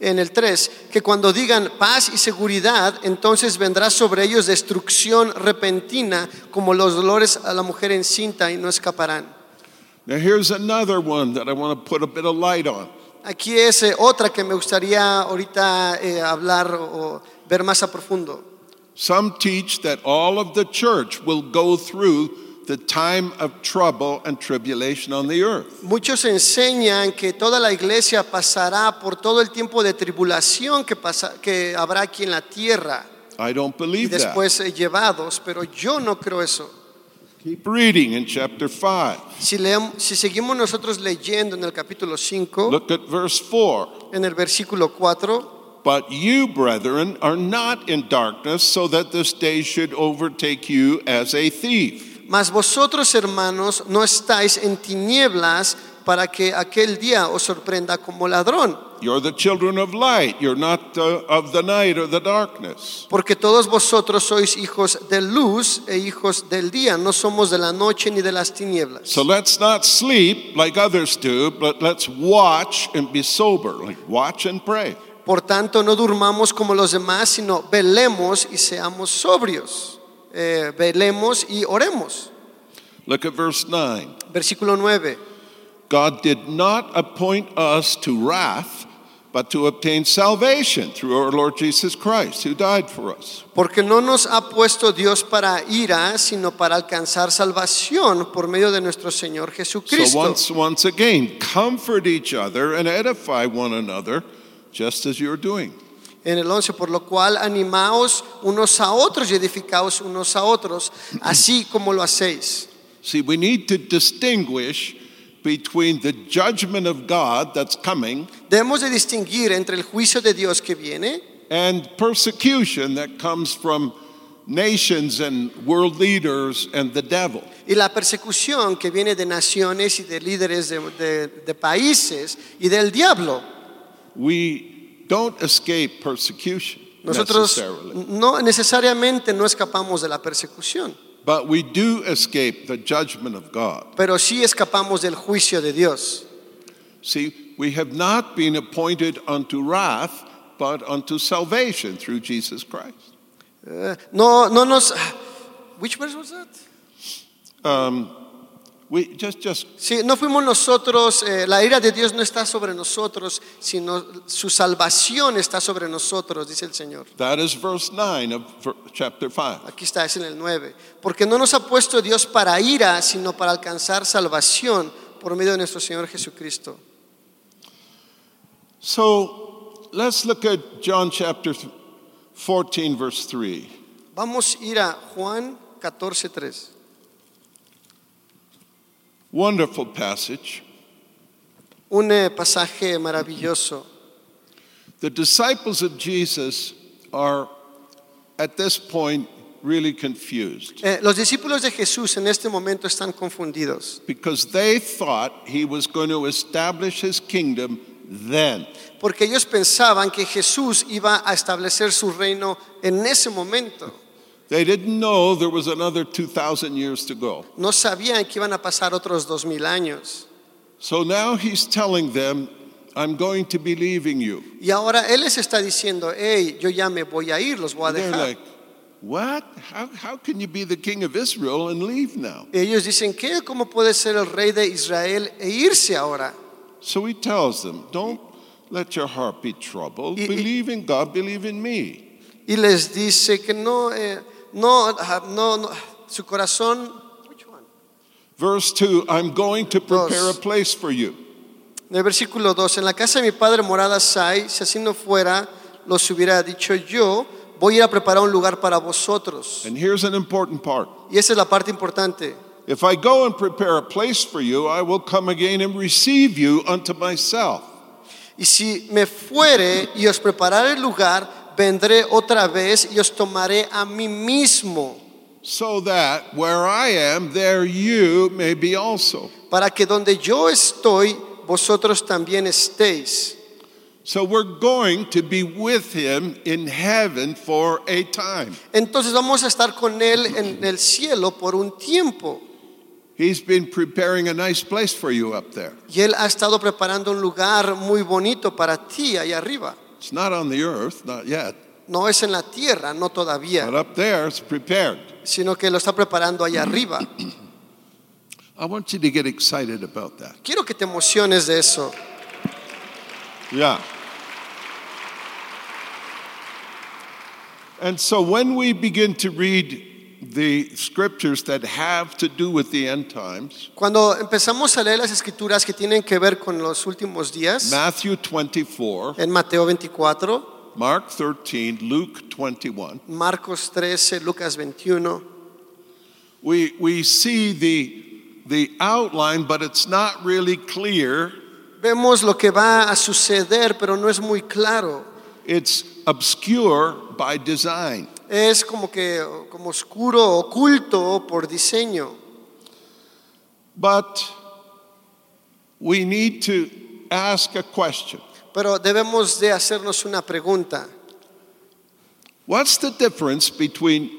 B: En el 3, que cuando digan paz y seguridad, entonces vendrá sobre ellos destrucción repentina, como los dolores a la mujer encinta, y no escaparán.
A: Now here's another one that I want to put a bit of light on.
B: Aquí es eh, otra que me gustaría ahorita eh, hablar o, o ver más a profundo.
A: Some teach that all of the church will go through the time of trouble and tribulation on the earth.
B: Muchos enseñan que toda la iglesia pasará por todo el tiempo de tribulación que, pasa- que habrá aquí en la tierra
A: I don't
B: y
A: believe that.
B: después eh, llevados, pero yo no creo eso.
A: Keep reading in chapter 5.
B: Si, leem- si seguimos nosotros leyendo en el capítulo 5,
A: Look at verse 4.
B: en el versículo 4,
A: But you, brethren, are not in darkness, so that this day should overtake you as a thief.
B: mas vosotros hermanos no estáis en tinieblas para que aquel día os sorprenda como ladrón,
A: You're the children of light. You're not uh, of the night or the darkness.
B: porque todos vosotros sois hijos de luz e hijos del día, no somos de la noche ni de las tinieblas.
A: So let's not sleep like others do, but let's watch and be sober. Like watch and pray.
B: Por tanto, no durmamos como los demás, sino velemos y seamos sobrios, Eh, velemos y oremos.
A: Look at verse 9.
B: Versículo 9.
A: God did not appoint us to wrath, but to obtain salvation through our Lord Jesus Christ, who died for us.
B: Porque no nos ha puesto Dios para ira, sino para alcanzar salvación por medio de nuestro Señor
A: So
B: Jesucristo.
A: once once again, comfort each other and edify one another, just as you're doing.
B: En el 11, por lo cual animaos unos a otros y edificaos unos a otros, así como lo hacéis.
A: See, we need to distinguish between the judgment of God that's coming
B: Debemos de distinguir entre el juicio de Dios que viene
A: and persecution that comes from nations and world leaders and the devil.
B: y la persecución que viene de naciones y de líderes de, de- de países y del diablo.
A: We don't escape persecution
B: Nosotros
A: necessarily.
B: no necesariamente no escapamos de la persecución,
A: But we do escape the judgment of God.
B: pero sí escapamos del juicio de Dios.
A: See, we have not been appointed unto wrath, but unto salvation through Jesus Christ.
B: Eh, no, no nos. Which verse was that?
A: Um, we just, just
B: Sí, no fuimos nosotros, eh, la ira de Dios no está sobre nosotros, sino su salvación está sobre nosotros, dice el Señor.
A: that is verse nine of ver- chapter five.
B: Aquí está, es en el 9. Porque no nos ha puesto Dios para ira, sino para alcanzar salvación por medio de nuestro Señor Jesucristo.
A: So let's look at John chapter th- fourteen, verse three.
B: Vamos a ir a Juan 14:3.
A: Wonderful passage.
B: Un eh, pasaje maravilloso.
A: The disciples of Jesus are at this point really confused.
B: Eh, los discípulos de Jesús en este momento están confundidos.
A: because they thought he was going to establish his kingdom then.
B: porque ellos pensaban que Jesús iba a establecer su reino en ese momento.
A: They didn't know there was another 2,000 years to go.
B: No sabían que iban a pasar otros dos mil años.
A: So now he's telling them, I'm going to be leaving you.
B: Y ahora Él les está diciendo, hey, yo ya me voy a ir, los voy a
A: And they're
B: dejar.
A: like, What? How, how can you be the king of Israel and leave now?
B: Ellos dicen, ¿qué? ¿Cómo puede ser el rey de Israel e irse ahora?
A: So he tells them, Don't let your heart be troubled.
B: Y- y-
A: Believe in God, believe in me.
B: Y les dice que no, eh, no, ah, no, no, su corazón...
A: Verse 2 I'm going to prepare a
B: Dos.
A: place for you.
B: En el versículo 2, en la casa de mi padre moradas hay, si así no fuera, los hubiera dicho yo, voy a ir a preparar un lugar para vosotros.
A: And here's an important part.
B: Y esa es la parte importante.
A: If I go and prepare a place for you, I will come again and receive you unto myself.
B: Y si me fuere y os prepararé el lugar, vendré otra vez y os tomaré a mí mismo,
A: so that where I am, there you may be also.
B: para que donde yo estoy, vosotros también estéis.
A: So we're going to be with him in heaven for a time.
B: Entonces vamos a estar con Él en el cielo por un tiempo.
A: He's been preparing a nice place for you up there.
B: Y Él ha estado preparando un lugar muy bonito para ti ahí arriba.
A: It's not on the earth, not yet,
B: No es en la tierra, no todavía,
A: but up there it's prepared.
B: sino que lo está preparando allá arriba.
A: I want you to get excited about that.
B: Quiero que te emociones de eso.
A: Yeah. And so when we begin to read the scriptures that have to do with the end times,
B: Cuando empezamos a leer las escrituras que tienen que ver con los últimos días,
A: Matthew 24,
B: en Mateo 24,
A: Mark 13, Luke 21,
B: Marcos 13, Lucas 21,
A: we, we see the, the outline, but it's not really clear.
B: vemos lo que va a suceder, pero no es muy claro.
A: It's obscure by design.
B: Es como que como oscuro, oculto por diseño.
A: But we need to ask a question
B: Pero debemos de hacernos una pregunta.
A: What's the difference between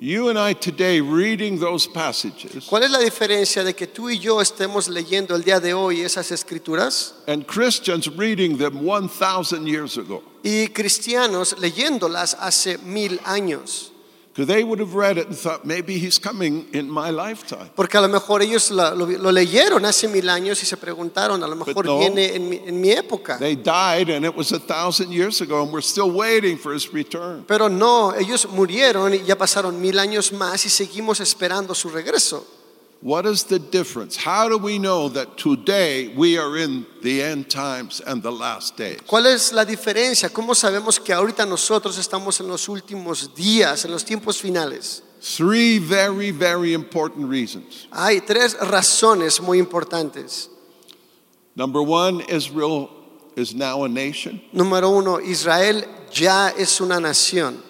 A: you and I today reading those passages
B: ¿Cuál es la diferencia de que tú y yo estemos leyendo el día de hoy esas escrituras?
A: and Christians reading them 1,000 years ago?
B: y cristianos leyéndolas hace mil años,
A: Because they would have read it and thought, maybe he's coming in my lifetime.
B: porque a lo mejor ellos la- lo, lo leyeron hace mil años y se preguntaron, a lo mejor
A: no.
B: viene en mi, en mi época,
A: They died, and it was a thousand years ago, and we're still waiting for his return.
B: pero no, ellos murieron y ya pasaron mil años más y seguimos esperando su regreso.
A: What is the difference? How do we know that today we are in the end times and the last days?
B: ¿Cuál es la diferencia? ¿Cómo sabemos que ahorita nosotros estamos en los últimos días, en los tiempos finales?
A: Three very, very important reasons.
B: Hay tres razones muy importantes.
A: Number one, Israel is now a nation.
B: Número uno, Israel ya es una nación.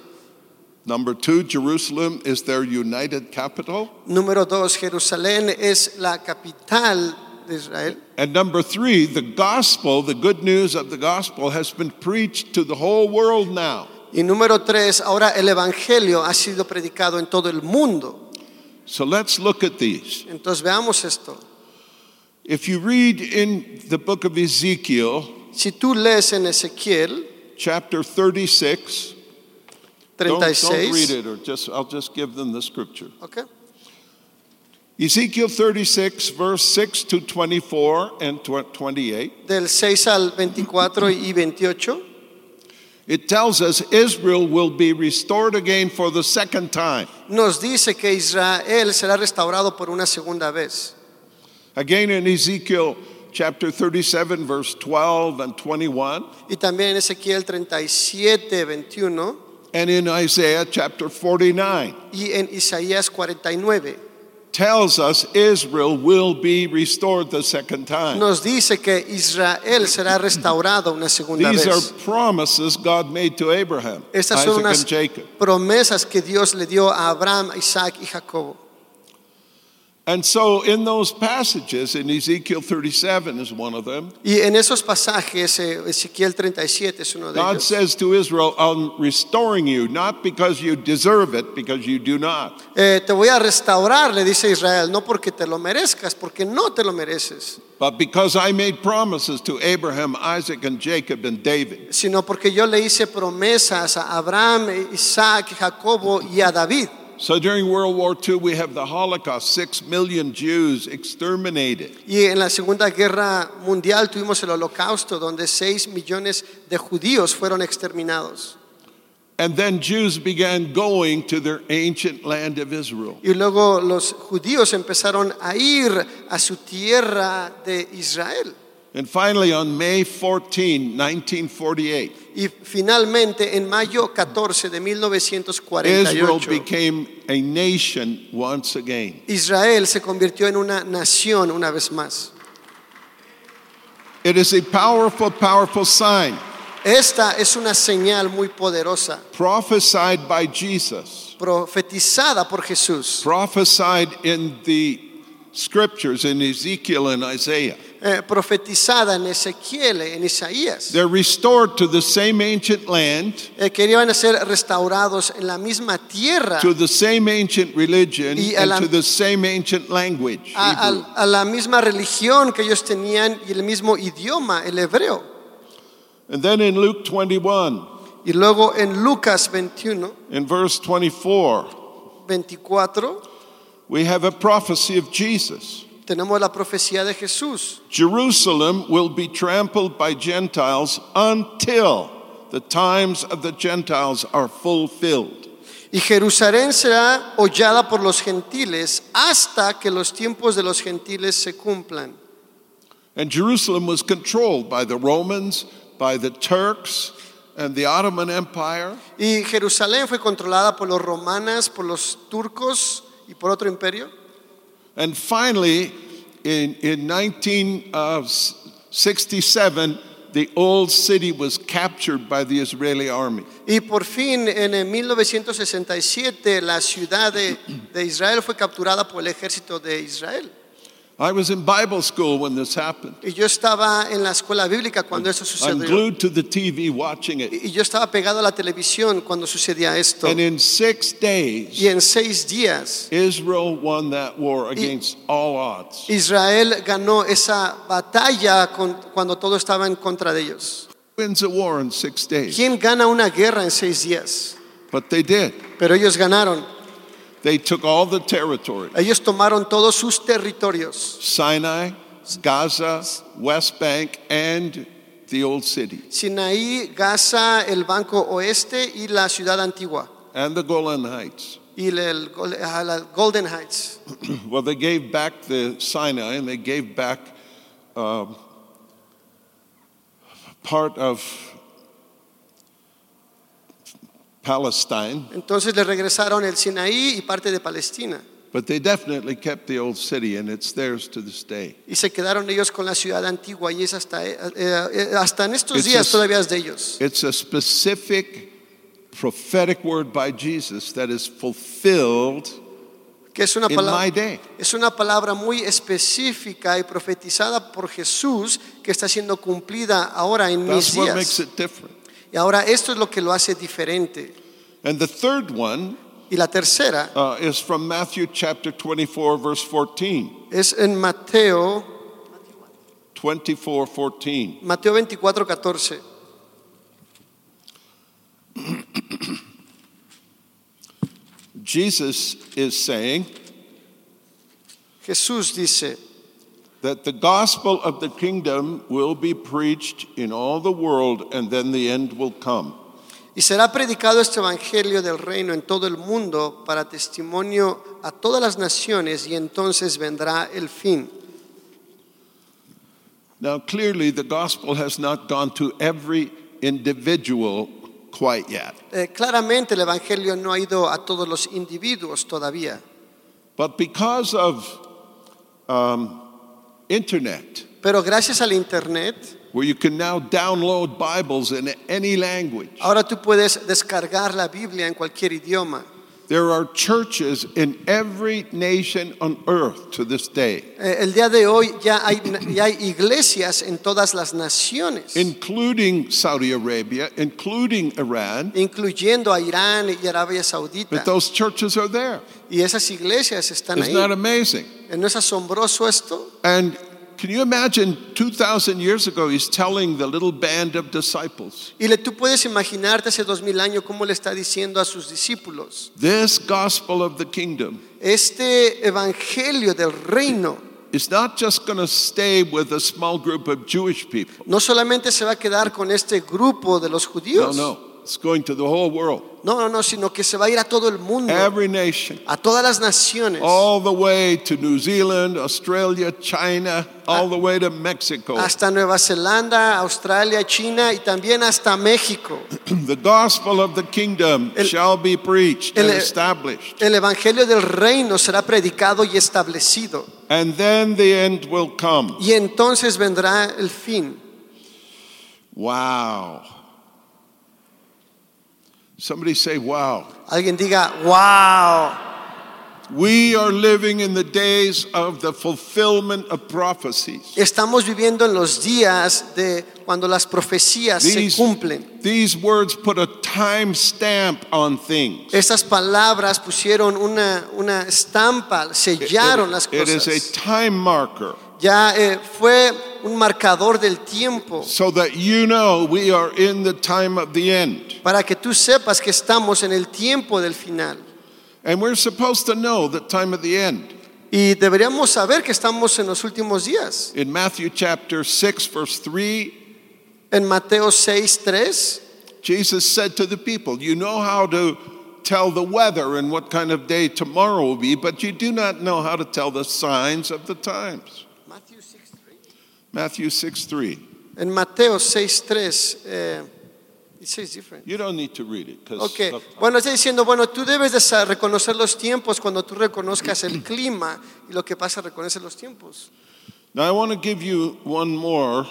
A: Number two, Jerusalem is their united capital.
B: Número dos, Jerusalén es la capital de Israel.
A: And number three, the gospel, the good news of the gospel, has been preached to the whole world now.
B: Y número tres, ahora el Evangelio ha sido predicado en todo el mundo.
A: So let's look at these.
B: Entonces veamos esto.
A: If you read in the book of Ezekiel,
B: Si tú lees en Ezequiel
A: chapter 36, don't, don't read
B: 36,
A: it, or just I'll just give them the scripture.
B: ok,
A: Ezekiel 36, verse 6 to 24 and tw- 28,
B: del 6 al 24 y 28,
A: it tells us Israel will be restored again for the second time.
B: nos dice que Israel será restaurado por una segunda vez.
A: Again in Ezekiel chapter 37, verse 12 and 21,
B: Y también en Ezequiel 37, 21
A: and in Isaiah chapter 49,
B: y en Isaías 49.
A: tells us Israel will be restored the second time.
B: nos dice que Israel será restaurado una segunda
A: These
B: vez.
A: are promises God made to Abraham,
B: Estas
A: Isaac,
B: son unas
A: and Jacob.
B: promesas que Dios le dio a Abraham, Isaac y Jacob.
A: And so, in those passages, in Ezekiel 37 is one of them,
B: Y en esos pasajes, eh, Ezequiel 37 es uno de
A: God
B: ellos.
A: says to Israel, I'm restoring you, not because you deserve it, because you do not.
B: Eh, te voy a restaurar, le dice Israel, no porque te lo merezcas, porque no te lo mereces,
A: But because I made promises to Abraham, Isaac, and Jacob, and David.
B: sino porque yo le hice promesas a Abraham, Isaac, Jacobo y a David.
A: So during World War II, we have the Holocaust, six million Jews exterminated.
B: Y en la Segunda Guerra Mundial tuvimos el Holocausto, donde 6 millones de judíos fueron exterminados.
A: And then Jews began going to their ancient land of Israel.
B: Y luego los judíos empezaron a ir a su tierra de Israel.
A: And finally, on May 14, 1948,
B: Y finalmente, en mayo 14 de
A: Israel
B: 1948,
A: became a nation once again.
B: Israel se convirtió en una nación una vez más.
A: It is a powerful, powerful sign
B: Esta es una señal muy poderosa,
A: prophesied by Jesus,
B: profetizada por Jesús,
A: prophesied in the scriptures in Ezekiel and Isaiah.
B: eh, profetizada en Ezequiel, en Isaías,
A: They're restored to the same ancient land,
B: eh, que iban a ser restaurados en la misma tierra,
A: to the same ancient religion,
B: Ah. Y Ah, a
A: and
B: la-
A: to the same ancient language.
B: a,
A: Hebrew.
B: a- a la misma religión que ellos tenían y el mismo idioma, el hebreo.
A: And then in Luke 21,
B: Y luego en Lucas 21,
A: in verse 24,
B: 24,
A: we have a prophecy of Jesus.
B: tenemos la profecía de Jesús.
A: Jerusalem will be trampled by Gentiles until the times of the Gentiles are fulfilled.
B: Y Jerusalén será hollada por los gentiles hasta que los tiempos de los gentiles se cumplan.
A: And Jerusalem was controlled by the Romans, by the Turks, and the Ottoman Empire.
B: Y Jerusalén fue controlada por los romanas, por los turcos y por otro imperio.
A: And finally, in, in 1967, the old city was captured by the Israeli army.
B: Y por fin, en el 1967, la ciudad de, de Israel fue capturada por el ejército de Israel.
A: I was in Bible school when this happened.
B: Y yo estaba en la escuela bíblica cuando eso
A: I'm
B: sucedió.
A: glued to the TV watching it.
B: Y y yo estaba pegado a la televisión cuando sucedía esto.
A: And in six days,
B: Y en seis días,
A: Israel won that war against all odds.
B: Israel ganó esa batalla con- cuando todo estaba en contra de ellos.
A: Wins a war in six days.
B: ¿Quién gana una guerra en seis días?
A: But they did.
B: Pero ellos ganaron.
A: They took all the territory
B: Ellos tomaron todos sus territorios,
A: Sinai, Gaza, West Bank, and the old city,
B: Sinaí, Gaza, el Banco Oeste y la ciudad antigua,
A: and the Golan Heights.
B: y el- el Gol- a la Golden Heights.
A: Well, they gave back the Sinai and they gave back um, part of Palestine.
B: Entonces le regresaron el Sinaí y parte de Palestina,
A: But they definitely kept the old city, and it's theirs to this day.
B: y se quedaron ellos con la ciudad antigua, y es hasta, eh, eh, hasta en estos
A: It's
B: días
A: just-
B: todavía es de ellos.
A: It's a specific prophetic word by Jesus that is fulfilled
B: Que es una
A: in my
B: palabra.
A: day.
B: Es una palabra muy específica y profetizada por Jesús que está siendo cumplida ahora en mis
A: That's what makes
B: días.
A: it different.
B: Y ahora esto es lo que lo hace diferente.
A: And the third one
B: Y la tercera
A: uh, is from Matthew chapter 24, verse 14.
B: es en Mateo,
A: 24, 14.
B: Mateo 24, 14.
A: Jesus is saying
B: Jesús dice,
A: that the gospel of the kingdom will be preached in all the world, and then the end will come.
B: y será predicado este evangelio del reino en todo el mundo para testimonio a todas las naciones y entonces vendrá el fin.
A: Now, clearly, the gospel has not gone to every individual quite yet,
B: Eh, claramente el evangelio no ha ido a todos los individuos todavía,
A: but because of um, internet,
B: pero gracias al Internet
A: where you can now download Bibles in any language,
B: Ahora tú puedes descargar la Biblia en cualquier idioma.
A: There are churches in every nation on earth to this day,
B: Eh, El día de hoy ya hay, ya hay iglesias en todas las naciones,
A: including Saudi Arabia, including Iran,
B: incluyendo a Irán y Arabia Saudita.
A: but those churches are there.
B: Y esas iglesias están
A: Isn't
B: ahí. Eh,
A: that amazing?
B: ¿No es asombroso esto?
A: And can you imagine 2,000 years ago, he's telling the little band of disciples,
B: Y le, tú puedes imaginarte hace dos mil años cómo le está diciendo a sus discípulos,
A: this gospel of the kingdom
B: este evangelio del reino
A: is not just going to stay with a small group of Jewish people.
B: no solamente se va a quedar con este grupo de los
A: No,
B: judíos,
A: no. It's going to the whole world,
B: no, no, no, sino que se va a ir a todo el mundo,
A: every nation,
B: a todas las naciones,
A: all the way to New Zealand, Australia, China,
B: Uh,
A: all the way to Mexico.
B: hasta Nueva Zelanda, Australia, China y también hasta México.
A: The gospel of the kingdom
B: El-
A: shall be preached and
B: el-
A: established,
B: El evangelio del reino será predicado y establecido,
A: and then the end will come.
B: y entonces vendrá el fin.
A: Wow. Somebody say, Wow.
B: Alguien diga, wow,
A: We are living in the days of the fulfillment of prophecies.
B: estamos viviendo en los días de cuando las profecías se cumplen.
A: these words put a time stamp on things.
B: Estas palabras pusieron una, una
A: E-
B: estampa, sellaron las
A: it is a
B: cosas.
A: time marker
B: Ya eh, fue un marcador del tiempo
A: so that you know we are in the time of the end.
B: para que tú sepas que estamos en el tiempo del final.
A: And we're supposed to know the time of the end.
B: Y deberíamos saber que estamos en los últimos días.
A: In Matthew chapter 6, verse 3,
B: En Mateo 6, 3,
A: Jesus said to the people, You know how to tell the weather and what kind of day tomorrow will be, but you do not know how to tell the signs of the times. Matthew 6, 3.
B: en Mateo 6, 3, eh, it says different.
A: You don't need to read it because
B: Ok, bueno, está diciendo, bueno, tú debes de sa- reconocer los tiempos cuando tú reconozcas el clima y lo que pasa, reconoces los tiempos.
A: Now I want to give you one more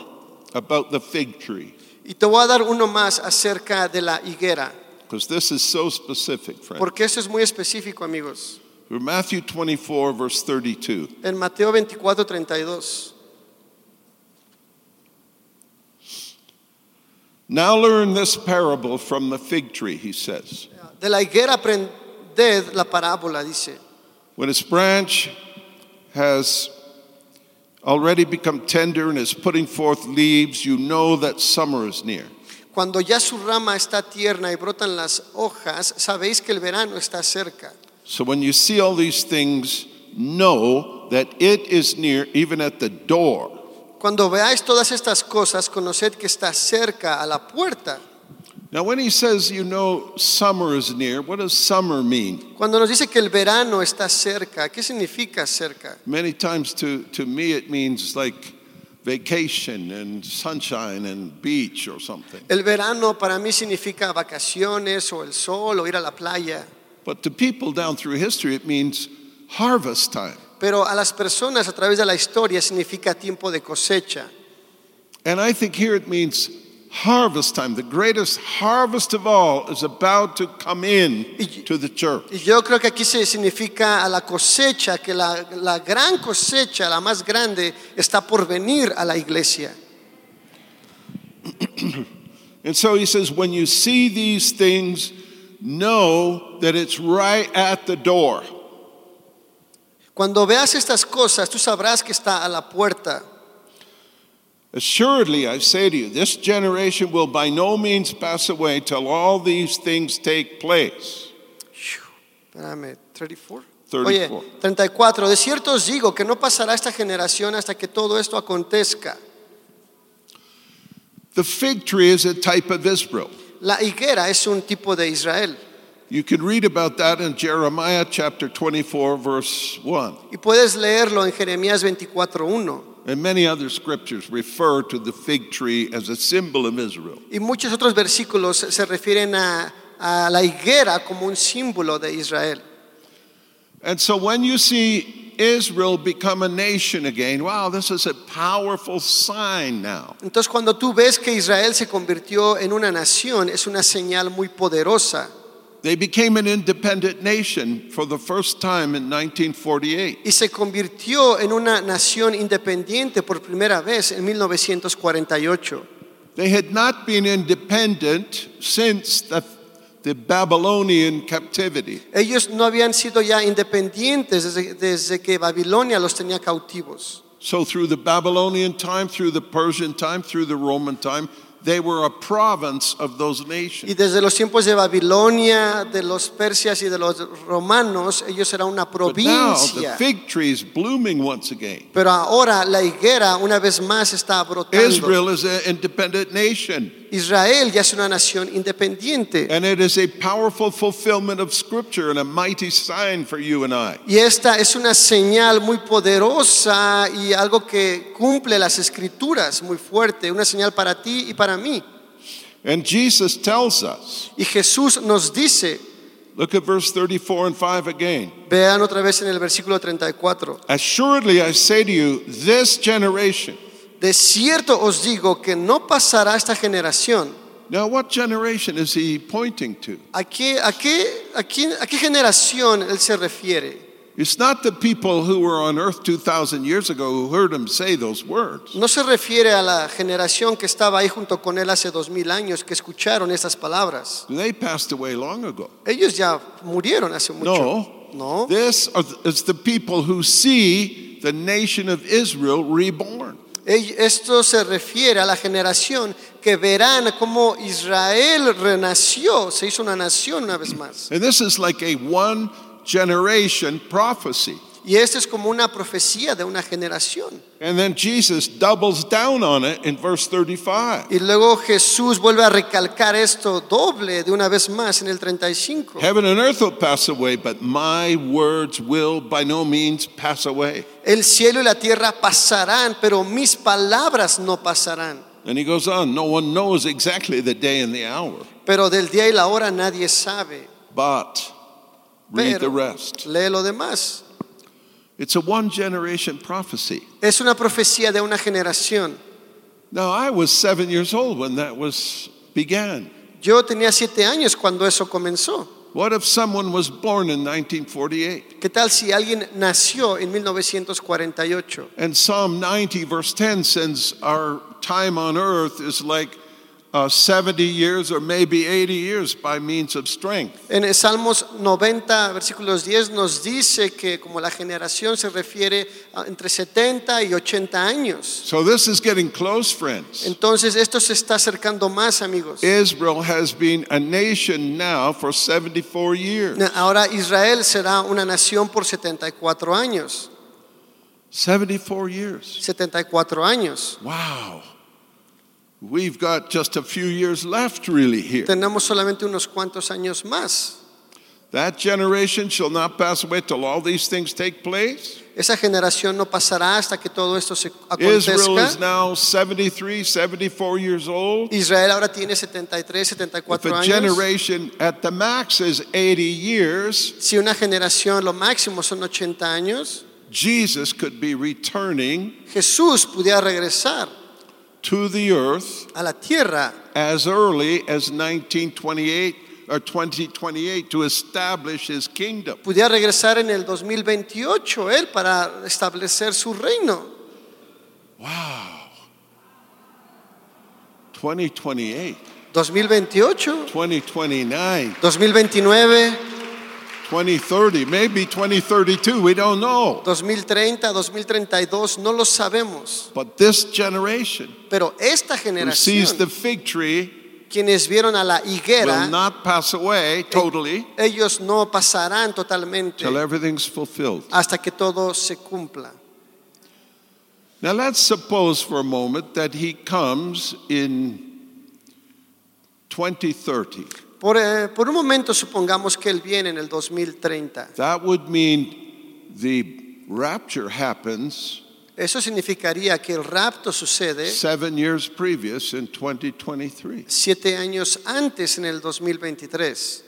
A: about the fig tree
B: Y te voy a dar uno más acerca de la higuera,
A: because this is so specific, friend.
B: porque esto es muy específico, amigos.
A: Matthew 24, verse 32.
B: En Mateo 24, 32.
A: Now learn this parable from the fig tree, he says.
B: De la higuera aprended la parábola, dice.
A: When its branch has already become tender and is putting forth leaves, you know that summer is near.
B: Cuando ya su rama está tierna y brotan las hojas, sabéis que el verano está cerca.
A: So when you see all these things, know that it is near, even at the door.
B: Cuando veáis todas estas cosas, conoced que está cerca a la puerta.
A: Now, when he says, you know, summer is near, what does summer mean?
B: Cuando nos dice que el verano está cerca, ¿qué significa cerca?
A: Many times to, to me, it means like vacation and sunshine and beach or something.
B: El verano para mí significa vacaciones o el sol o ir a la playa,
A: But to people down through history, it means harvest time.
B: pero a las personas a través de la historia significa tiempo de cosecha.
A: And I think here it means harvest time. The greatest harvest of all is about to come in to the church.
B: Y yo creo que aquí se significa a la cosecha, que la, la gran cosecha, la más grande, está por venir a la iglesia.
A: And so he says, when you see these things, know that it's right at the door.
B: Cuando veas estas cosas, tú sabrás que está a la puerta.
A: Assuredly, I say to you, this generation will by no means pass away till all these things take place.
B: Espérame, 34.
A: 34.
B: Oye, 34. De cierto os digo que no pasará esta generación hasta que todo esto acontezca.
A: The fig tree is a type of Israel.
B: La higuera es un tipo de Israel.
A: You can read about that in Jeremiah chapter 24, verse 1.
B: Y puedes leerlo en Jeremías 24.1.
A: And many other scriptures refer to the fig tree as a symbol of Israel.
B: Y muchos otros versículos se refieren a, a la higuera como un símbolo de Israel.
A: And so when you see Israel become a nation again, wow, this is a powerful sign now.
B: Entonces cuando tú ves que Israel se convirtió en una nación, es una señal muy poderosa.
A: They became an independent nation for the first time in 1948.
B: y se convirtió en una nación independiente por primera vez en 1948.
A: They had not been independent since the, the Babylonian captivity.
B: Ellos no habían sido ya independientes desde, desde que Babilonia los tenía cautivos.
A: So, through the Babylonian time, through the Persian time, through the Roman time, they were a province of those
B: Y
A: nations.
B: desde los tiempos de Babilonia, de los persias y de los romanos, ellos eran una
A: But now the
B: provincia.
A: fig tree is blooming once again.
B: Pero ahora la higuera una vez más está brotando.
A: Israel is an independent nation,
B: Israel ya es una nación independiente.
A: and it is a powerful fulfillment of Scripture and a mighty sign for you and I.
B: Y esta es una señal muy poderosa y algo que cumple las escrituras muy fuerte, una señal para ti y para mí.
A: And Jesus tells us
B: Y Jesús nos dice,
A: look at verse 34 and 5 again.
B: vean otra vez en el versículo 34,
A: Assuredly, I say to you, this generation.
B: de cierto os digo que no pasará esta generación.
A: Now, what generation is he pointing to?
B: ¿A qué, a qué, a quién- a qué generación él se refiere?
A: It's not the people who were on earth 2,000 years ago who heard him say those words.
B: No se refiere a la generación que estaba ahí junto con él hace dos mil años que escucharon estas palabras.
A: They passed away long ago.
B: Ellos ya murieron hace mucho.
A: No.
B: No.
A: This are- is the people who see the nation of Israel reborn.
B: Ell- Esto se refiere a la generación que verán cómo Israel renació, se hizo una nación una vez más.
A: And this is like a one generation prophecy.
B: Y esto es como una profecía de una generación.
A: And then Jesus doubles down on it in verse 35.
B: Y luego Jesús vuelve a recalcar esto doble de una vez más en el 35.
A: Heaven and earth will pass away, but my words will by no means pass away.
B: El cielo y la tierra pasarán, pero mis palabras no pasarán.
A: And he goes on, no one knows exactly the day and the hour,
B: Pero del día y la hora nadie sabe.
A: but read the
B: Pero
A: rest.
B: lee lo demás.
A: It's a one generation prophecy.
B: Es una profecía de una generación.
A: Now, I was seven years old when that was began.
B: Yo tenía siete años cuando eso comenzó.
A: What if someone was born in 1948?
B: ¿Qué tal si alguien nació en 1948?
A: And Psalm 90, verse 10 says our time on earth is like uh, 70 years or maybe 80 years by means of strength.
B: En el Salmos 90, versículos 10, nos dice que como la generación se refiere a entre 70 y 80 años.
A: So this is getting close, friends.
B: Entonces esto se está acercando más, amigos.
A: Israel has been a nation now for 74 years.
B: Ahora Israel será una nación por 74 años.
A: 74 years.
B: 74 años.
A: Wow. We've got just a few years left, really, here.
B: Tenemos solamente unos cuantos años más.
A: That generation shall not pass away till all these things take place.
B: Esa generación no pasará hasta que todo esto se
A: Israel is
B: acontezca.
A: now 73, 74 years old.
B: Israel ahora tiene 73,
A: If
B: 74
A: a
B: años.
A: generation at the max is 80 years,
B: Si una generación, lo máximo son 80 años,
A: Jesus could be returning
B: Jesús pudiera regresar
A: to the earth
B: a la tierra
A: as early as 1928 or 2028 to establish his kingdom.
B: pudiera regresar en el 2028 él para establecer su reino.
A: Wow. 2028,
B: 2028,
A: 2029,
B: 2029,
A: 2030, maybe 2032, we don't know.
B: 2030, 2032, no lo sabemos.
A: But this generation
B: Pero esta
A: who sees the
B: generación,
A: fig tree
B: quienes vieron a la
A: will
B: higuera,
A: not pass away totally
B: ellos no pasarán totalmente
A: till everything's fulfilled.
B: hasta que todo se cumpla.
A: Now let's suppose for a moment that he comes in 2030.
B: Por, eh, por un momento supongamos que él viene en el 2030.
A: That would mean the rapture happens
B: Eso significaría que el rapto sucede
A: seven years previous in 2023.
B: siete años antes, en el 2023.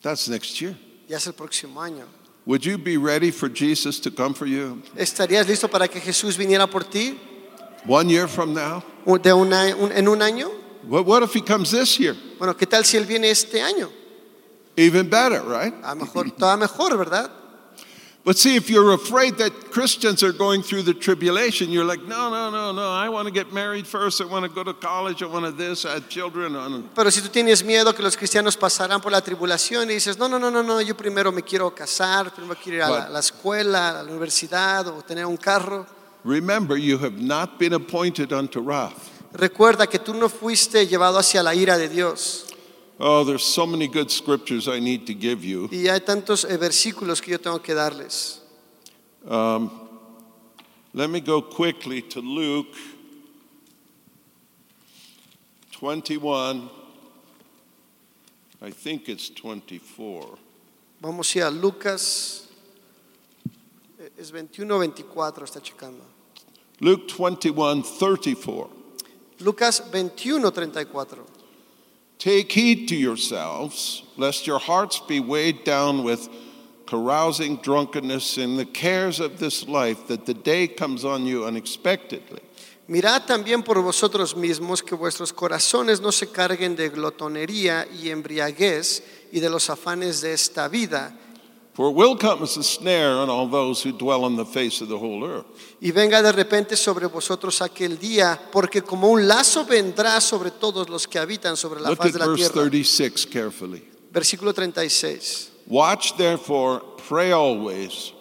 A: That's next year.
B: Ya es el próximo año.
A: Would you be ready for Jesus to come for you
B: ¿Estarías listo para que Jesús viniera por ti
A: one year from now?
B: ¿O de un a- un- en un año?
A: What, what if he comes this year?
B: Bueno, ¿qué tal si Él viene este año?
A: Even better, right?
B: A lo mejor, está mejor, ¿verdad?
A: But see, if you're afraid that Christians are going through the tribulation, you're like, no, no, no, no, I want to get married first. I want to go to college. I want to this. I have children. I don't-
B: Pero si tú tienes miedo que los cristianos pasarán por la tribulación y dices, no, no, no, no, no, yo primero me quiero casar, primero quiero ir a la,
A: But-
B: la escuela, a la universidad o tener un carro.
A: Remember, you have not been appointed unto wrath.
B: Recuerda que tú no fuiste llevado hacia la ira de Dios.
A: Oh, there's so many good scriptures I need to give you.
B: Y hay tantos eh, versículos que yo tengo que darles.
A: Um, let me go quickly to Luke 21. I think it's 24.
B: Vamos a ir a Lucas, eh, es 21 24, está checando.
A: Luke 21, 34.
B: Lucas 21 34.
A: Take heed to yourselves, lest your hearts be weighed down with carousing drunkenness and the cares of this life, that the day comes on you unexpectedly.
B: Mirad también por vosotros mismos que vuestros corazones no se carguen de glotonería y embriaguez y de los afanes de esta vida,
A: For it will come as a snare on all those who dwell on the face of the whole earth.
B: y venga de repente sobre vosotros aquel día, porque como un lazo vendrá sobre todos los que habitan sobre la
A: Look
B: faz
A: at
B: de la
A: verse
B: tierra.
A: 36 carefully.
B: Versículo 36.
A: Watch therefore, pray always,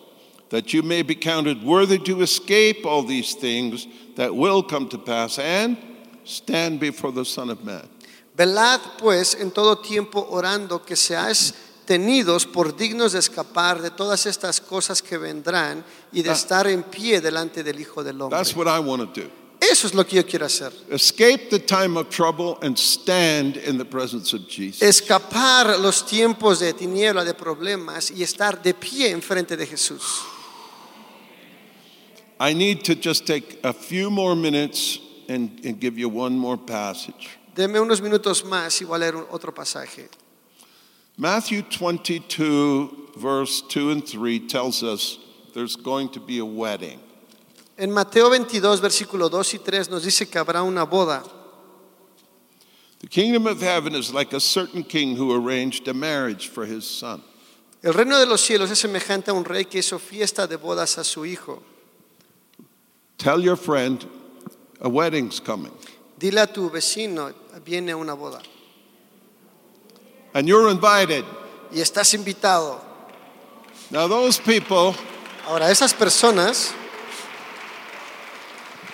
A: that you may be counted worthy to escape all these things that will come to pass and stand before the Son of Man.
B: Velad pues en todo tiempo orando que seáis tenidos por dignos de escapar de todas estas cosas que vendrán y de
A: Ah.
B: estar en pie delante del Hijo del Hombre.
A: That's what I want to do.
B: Eso es lo que yo quiero hacer.
A: Escape the time of trouble and stand in the presence of Jesus.
B: Escapar los tiempos de tiniebla, de problemas y estar de pie enfrente de Jesús.
A: I need to just take a few more minutes and, and give you one more passage.
B: Deme unos minutos más y voy a leer un- otro pasaje.
A: Matthew 22, verse 2 and 3 tells us there's going to be a wedding.
B: En Mateo 22, versículo 2 y 3 nos dice que habrá una boda.
A: The kingdom of heaven is like a certain king who arranged a marriage for his son.
B: El reino de los cielos es semejante a un rey que hizo fiesta de bodas a su hijo.
A: Tell your friend, a wedding's coming.
B: Dile a tu vecino, viene una boda
A: And you're invited.
B: y estás invitado.
A: Now, those people,
B: Ahora, esas personas,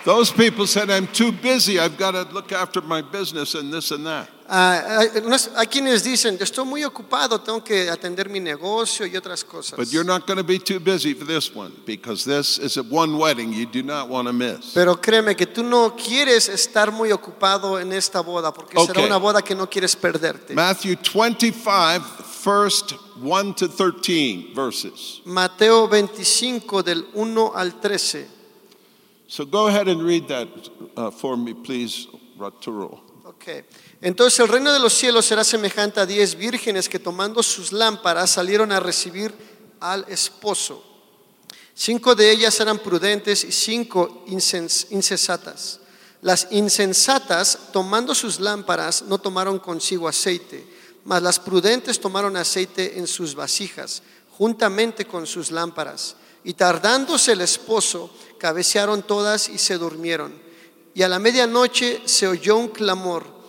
A: those people said, I'm too busy. I've got to look after my business and this and that.
B: ah, hay, unas- hay quienes dicen, yo estoy muy ocupado, tengo que atender mi negocio y otras cosas.
A: But you're not going to be too busy for this one because this is a one wedding you do not want to miss.
B: Pero créeme que tú no quieres estar muy ocupado en esta boda, porque será
A: Ok.
B: una boda que no quieres perderte.
A: Matthew 25, first 1 to 13 verses.
B: Mateo 25 del 1 al 13.
A: So go ahead and read that uh, for me, please, Raturo.
B: Ok. Entonces el reino de los cielos será semejante a diez vírgenes que tomando sus lámparas salieron a recibir al esposo. Cinco de ellas eran prudentes y cinco insens- insensatas. Las insensatas, tomando sus lámparas, no tomaron consigo aceite, mas las prudentes tomaron aceite en sus vasijas, juntamente con sus lámparas. Y tardándose el esposo, cabecearon todas y se durmieron. Y a la medianoche se oyó un clamor,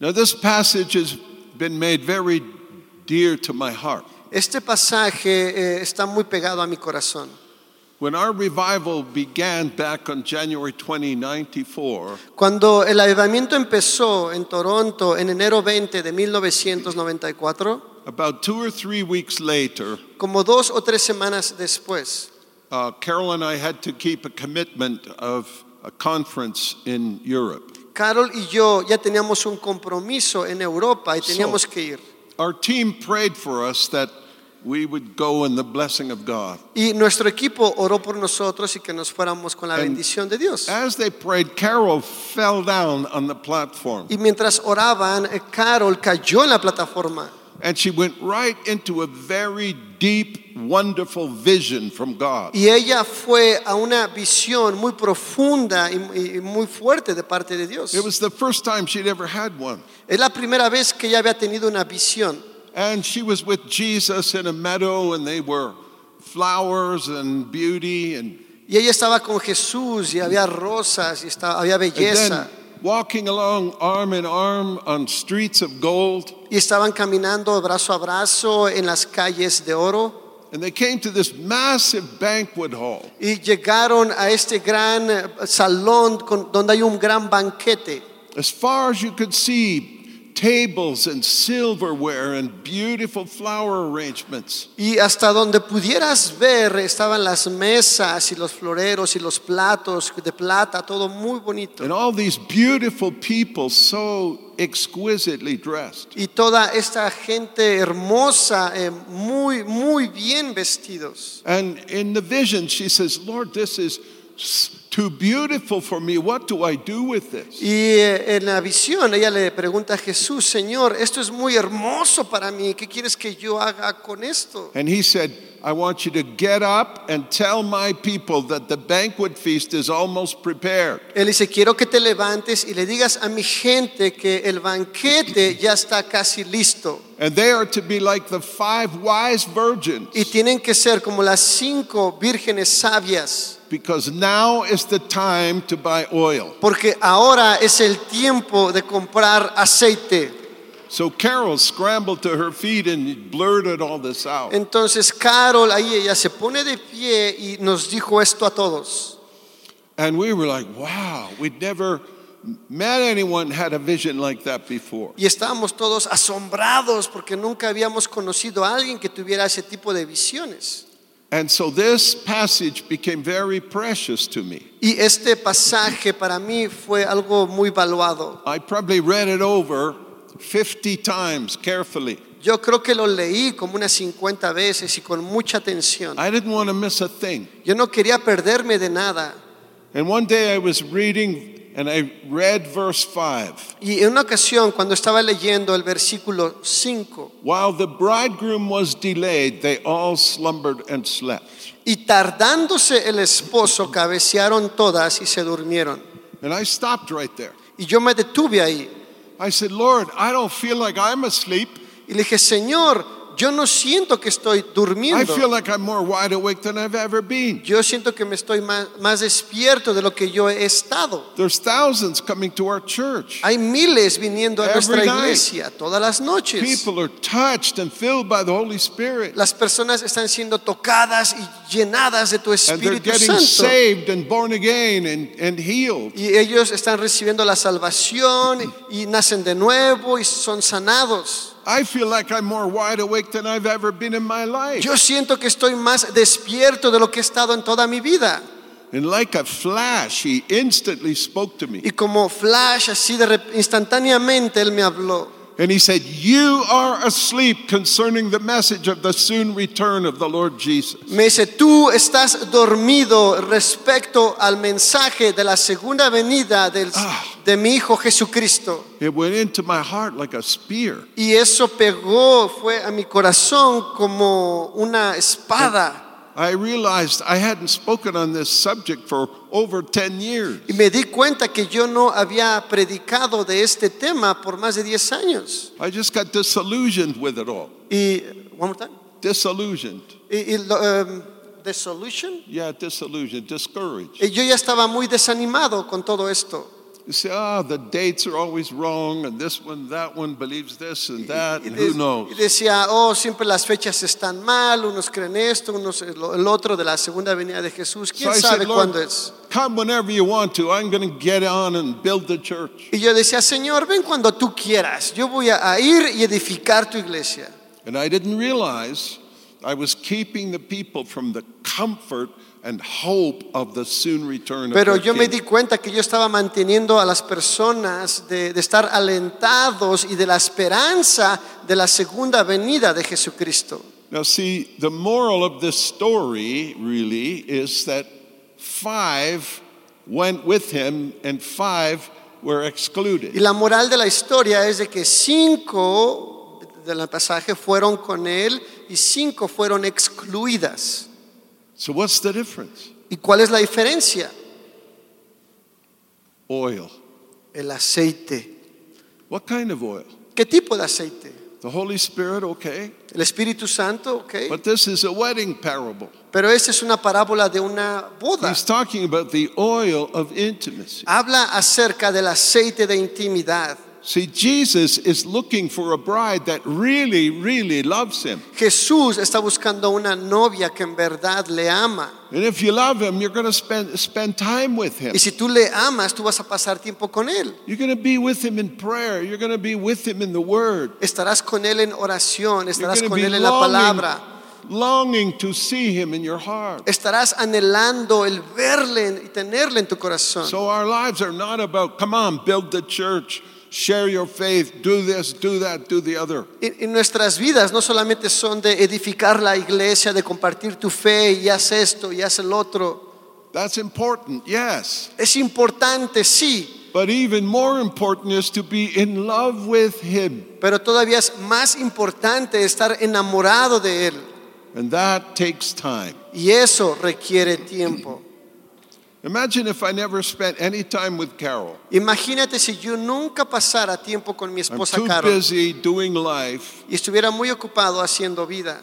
A: Now, this passage has been made very dear to my heart.
B: Este pasaje eh, está muy pegado a mi corazón.
A: When our revival began back on January 2094,
B: Cuando el avivamiento empezó en Toronto en enero 20 de 1994,
A: about two or three weeks later,
B: como dos o tres semanas después,
A: uh, Carol and I had to keep a commitment of a conference in Europe.
B: Carol y yo ya teníamos un compromiso en Europa y teníamos
A: So-
B: que ir.
A: Our team prayed for us that we would go in the blessing of God.
B: Y nuestro equipo oró por nosotros y que nos fuéramos con la
A: And- Ah.
B: bendición de Dios.
A: As they prayed, Carol fell down on the platform
B: Y mientras oraban, eh, Carol cayó en la plataforma
A: and she went right into a very deep, wonderful vision from God.
B: y ella fue a una visión muy profunda y, y- y muy fuerte de parte de Dios.
A: It was the first time she'd ever had one.
B: Es la primera vez que ella había tenido una visión.
A: And she was with Jesus in a meadow, and they were flowers and beauty, and,
B: Y ella estaba con Jesús y había rosas y estaba- había
A: and
B: belleza.
A: then walking along arm in arm on streets of gold.
B: Y estaban caminando brazo a brazo en las calles de oro.
A: And they came to this massive banquet hall.
B: Y llegaron a este gran eh, salón con- donde hay un gran banquete.
A: As far as you could see, tables and silverware and beautiful flower arrangements.
B: Y hasta donde pudieras ver estaban las mesas y los floreros y los platos de plata, todo muy bonito.
A: And all these beautiful people, so exquisitely dressed.
B: Y toda esta gente hermosa, eh, muy, muy bien vestidos.
A: And in the vision, she says, Lord, this is s- too beautiful for me. What do I do with this?
B: Y eh, en la visión ella le pregunta a Jesús, Señor, esto es muy hermoso para mí, ¿qué quieres que yo haga con esto?
A: And he said, I want you to get up and tell my people that the banquet feast is almost prepared.
B: Él dice, quiero que te levantes y le digas a mi gente que el banquete ya está casi listo.
A: And they are to be like the five wise virgins.
B: Y tienen que ser como las cinco vírgenes sabias.
A: Because now is the time to buy oil.
B: Porque ahora es el tiempo de comprar aceite.
A: So Carol scrambled to her feet and blurted all this out.
B: Entonces Carol ahí ella se pone de pie y nos dijo esto a todos.
A: And we were like, wow, we'd never met anyone had a vision like that before.
B: Y estábamos todos asombrados porque nunca habíamos conocido a alguien que tuviera ese tipo de visiones.
A: And so this passage became very precious to me.
B: Y este pasaje para mí fue algo muy valuado.
A: I probably read it over 50 times carefully.
B: Yo creo que lo leí como unas 50 veces y con mucha atención.
A: I didn't want to miss a thing.
B: Yo no quería perderme de nada.
A: And one day I was reading and I read verse 5.
B: Y en una ocasión, cuando estaba leyendo el versículo 5,
A: While the bridegroom was delayed, they all slumbered and slept.
B: y tardándose el esposo, cabecearon todas y se durmieron.
A: And I stopped right there.
B: Y yo me detuve ahí
A: I said, Lord, I don't feel like I'm asleep.
B: y le dije, Señor, yo no siento que estoy
A: I
B: durmiendo.
A: feel like I'm more wide awake than I've ever been.
B: Yo siento que me estoy más, más despierto de lo que yo he estado.
A: There's thousands coming to our church.
B: Hay miles viniendo a
A: Every
B: nuestra
A: night.
B: iglesia todas las noches.
A: People are touched and filled by the Holy Spirit.
B: Las personas están siendo tocadas y llenadas de tu
A: And they're
B: Espíritu
A: getting
B: Santo.
A: saved and born again and, and healed.
B: Y ellos están recibiendo la salvación y nacen de nuevo y son sanados.
A: I feel like I'm more wide awake than I've ever been in my life.
B: Yo siento que estoy más despierto de lo que he estado en toda mi vida.
A: And like a flash, he instantly spoke to me.
B: Y como flash, así de rep- instantáneamente, él me habló.
A: And he said, You are asleep concerning the message of the soon return of the Lord Jesus.
B: Me dice, tú estás dormido respecto al mensaje de la segunda venida del-
A: Ah.
B: de mi Hijo Jesucristo.
A: It went into my heart like a spear.
B: Y eso pegó, fue a mi corazón como una espada.
A: I realized I hadn't spoken on this subject for over 10 years.
B: Y me di cuenta que yo no había predicado de este tema por más de 10 años.
A: I just got disillusioned with it all.
B: Y, one more time.
A: Disillusioned.
B: Y, y lo, em, the solution.
A: Yeah, disillusioned, discouraged.
B: Y yo ya estaba muy desanimado con todo esto.
A: You say, ah, the dates are always wrong, and this one, that one believes this and that,
B: Y,
A: and
B: de-
A: who
B: y
A: knows?
B: decía, oh, siempre las fechas están mal, unos creen esto, unos lo- el otro de la segunda venida de Jesús,
A: So
B: quién
A: I
B: sabe
A: said,
B: cuándo
A: Lord,
B: es.
A: come whenever you want to. I'm going to get on and build the church.
B: Y yo decía, Señor, ven cuando tú quieras, yo voy a, a ir y edificar tu iglesia.
A: And I didn't realize I was keeping the people from the comfort and hope of the soon return of
B: Pero
A: their
B: yo me
A: king.
B: di cuenta que yo estaba manteniendo a las personas de, de estar alentados y de la esperanza de la segunda venida de Jesucristo.
A: Now, see, the moral of this story really is that five went with him and five were
B: Y
A: excluded.
B: la moral de la historia es de que cinco del pasaje fueron con él y cinco fueron excluidas.
A: So, what's the difference?
B: ¿Y cuál es la diferencia?
A: Oil.
B: El aceite.
A: What kind of oil?
B: ¿Qué tipo de aceite?
A: The Holy Spirit, okay.
B: El Espíritu Santo, ok.
A: But this is a wedding parable.
B: Pero esta es una parábola de una boda.
A: He's talking about the oil of intimacy.
B: Habla acerca del aceite de intimidad.
A: See, Jesus is looking for a bride that really, really loves him.
B: Jesús está buscando una novia que en verdad le ama.
A: And if you love him, you're going to spend, spend time with him.
B: Y si tú le amas, tú vas a pasar tiempo con él.
A: You're going to be with him in prayer. You're going to be with him in the word.
B: Estarás con él en oración,
A: You're
B: estarás
A: gonna
B: con
A: be
B: él en la palabra.
A: longing to see him in your heart.
B: Estarás anhelando el verle y tenerle en tu corazón.
A: So our lives are not about, come on, build the church, share your faith, do this, do that, do the other.
B: Y y nuestras vidas no solamente son de edificar la iglesia, de compartir tu fe y haz esto y haz el otro.
A: That's important, yes.
B: Es importante, sí,
A: But even more important is to be in love with him.
B: pero todavía es más importante estar enamorado de Él.
A: And that takes time.
B: Y eso requiere tiempo.
A: Imagine if I never spent any time with Carol.
B: Imagínate si yo nunca pasara tiempo con mi
A: I'm
B: esposa
A: too
B: Carol
A: busy doing life
B: y estuviera muy ocupado haciendo vida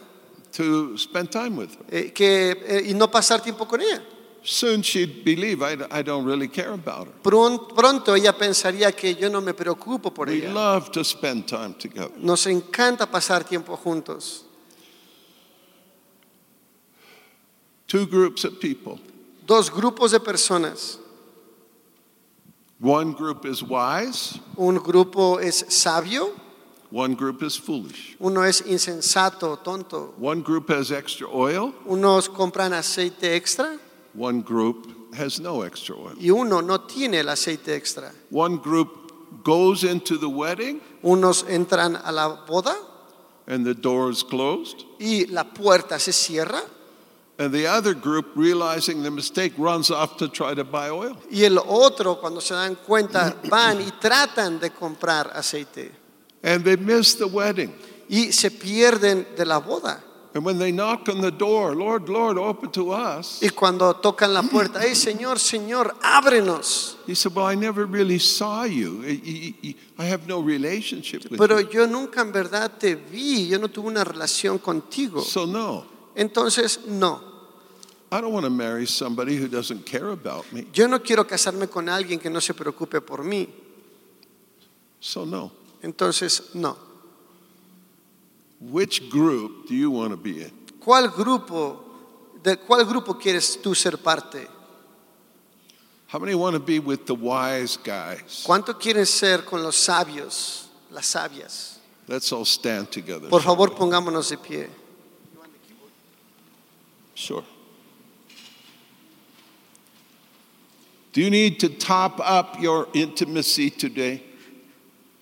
A: to spend time with her.
B: eh, que, eh, y no pasar tiempo con ella.
A: Soon she'd believe I, I don't really care about her.
B: Prun- Pronto ella pensaría que yo no me preocupo por
A: We
B: ella.
A: love to spend time together.
B: Nos encanta pasar tiempo juntos.
A: Two groups of people.
B: Dos grupos de personas.
A: One group is wise,
B: Un grupo es sabio,
A: one group is foolish.
B: uno es insensato, tonto.
A: One group has extra oil,
B: Unos compran aceite extra
A: one group has no extra oil.
B: y uno no tiene el aceite extra.
A: One group goes into the wedding
B: Unos entran a la boda
A: and the door is closed,
B: y la puerta se cierra
A: and the other group, realizing the mistake, runs off to try to buy oil.
B: y el otro cuando se dan cuenta van y tratan de comprar aceite
A: And they miss the wedding.
B: y se pierden de la boda.
A: And when they knock on the door, Lord, Lord, open to us.
B: Y cuando tocan la puerta, ¡Ey, Señor, Señor, ábrenos!
A: He said, Well, I never really saw you. I- I- I I have no relationship with
B: Pero
A: you.
B: yo nunca en verdad te vi, yo no tuve una relación contigo.
A: So, no,
B: Entonces, no,
A: I don't want to marry somebody who doesn't care about me.
B: yo no quiero casarme con alguien que no se preocupe por mí.
A: So, no.
B: Entonces, no.
A: Which group do you want to be in?
B: ¿Cuál grupo, de cuál grupo quieres tú ser parte?
A: How many want to be with the wise guys?
B: ¿Cuánto quieren ser con los sabios, las sabias?
A: Let's all stand together.
B: Por favor, pongámonos de pie.
A: Sure. Do you need to top up your intimacy today?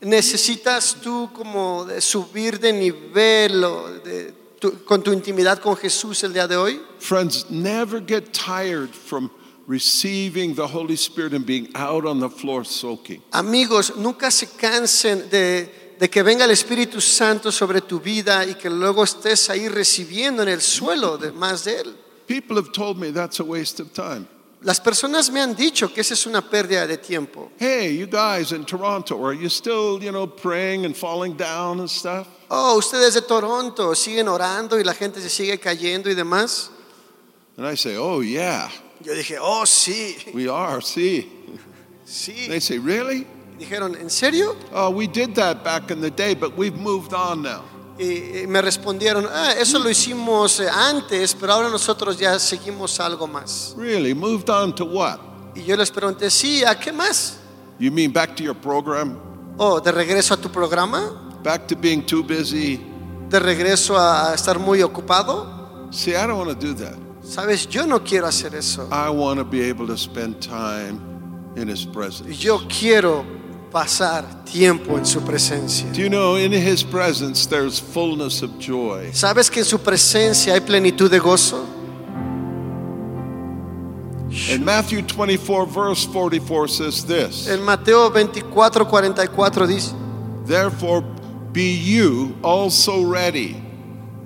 B: ¿Necesitas tú como de subir de nivel o de tu- con tu intimidad con Jesús el día de hoy?
A: Friends, never get tired from receiving the Holy Spirit and being out on the floor soaking.
B: Amigos, nunca se cansen de, de que venga el Espíritu Santo sobre tu vida y que luego estés ahí recibiendo en el suelo de más de Él.
A: People have told me that's a waste of time.
B: Las personas me han dicho que esa es una pérdida de tiempo.
A: Hey, you guys in Toronto, are you still, you know, praying and falling down and stuff?
B: Oh, ustedes de Toronto siguen orando y la gente se sigue cayendo y demás.
A: And I say, oh, yeah,
B: Yo dije, oh, sí,
A: we are. See,
B: Sí.
A: They say, Really?
B: Dijeron, ¿en serio?
A: Oh, we did that back in the day, but we've moved on now.
B: Y y me respondieron, ah, eso lo hicimos eh, antes, pero ahora nosotros ya seguimos algo más.
A: Really? Moved on to what?
B: Y yo les pregunté, sí, ¿a qué más?
A: You mean back to your program?
B: Oh, ¿de regreso a tu programa?
A: Back to being too busy?
B: ¿De regreso a estar muy ocupado?
A: See, I don't want to do that.
B: Sabes, yo no quiero hacer eso.
A: I want to be able to spend time in His presence.
B: Yo quiero pasar tiempo en su presencia.
A: Do you know, in His presence, there's fullness of joy.
B: ¿Sabes que en su presencia hay plenitud de gozo?
A: In Matthew 24, verse 44 says this
B: En Mateo 24, 44 dice,
A: Therefore, be you also ready,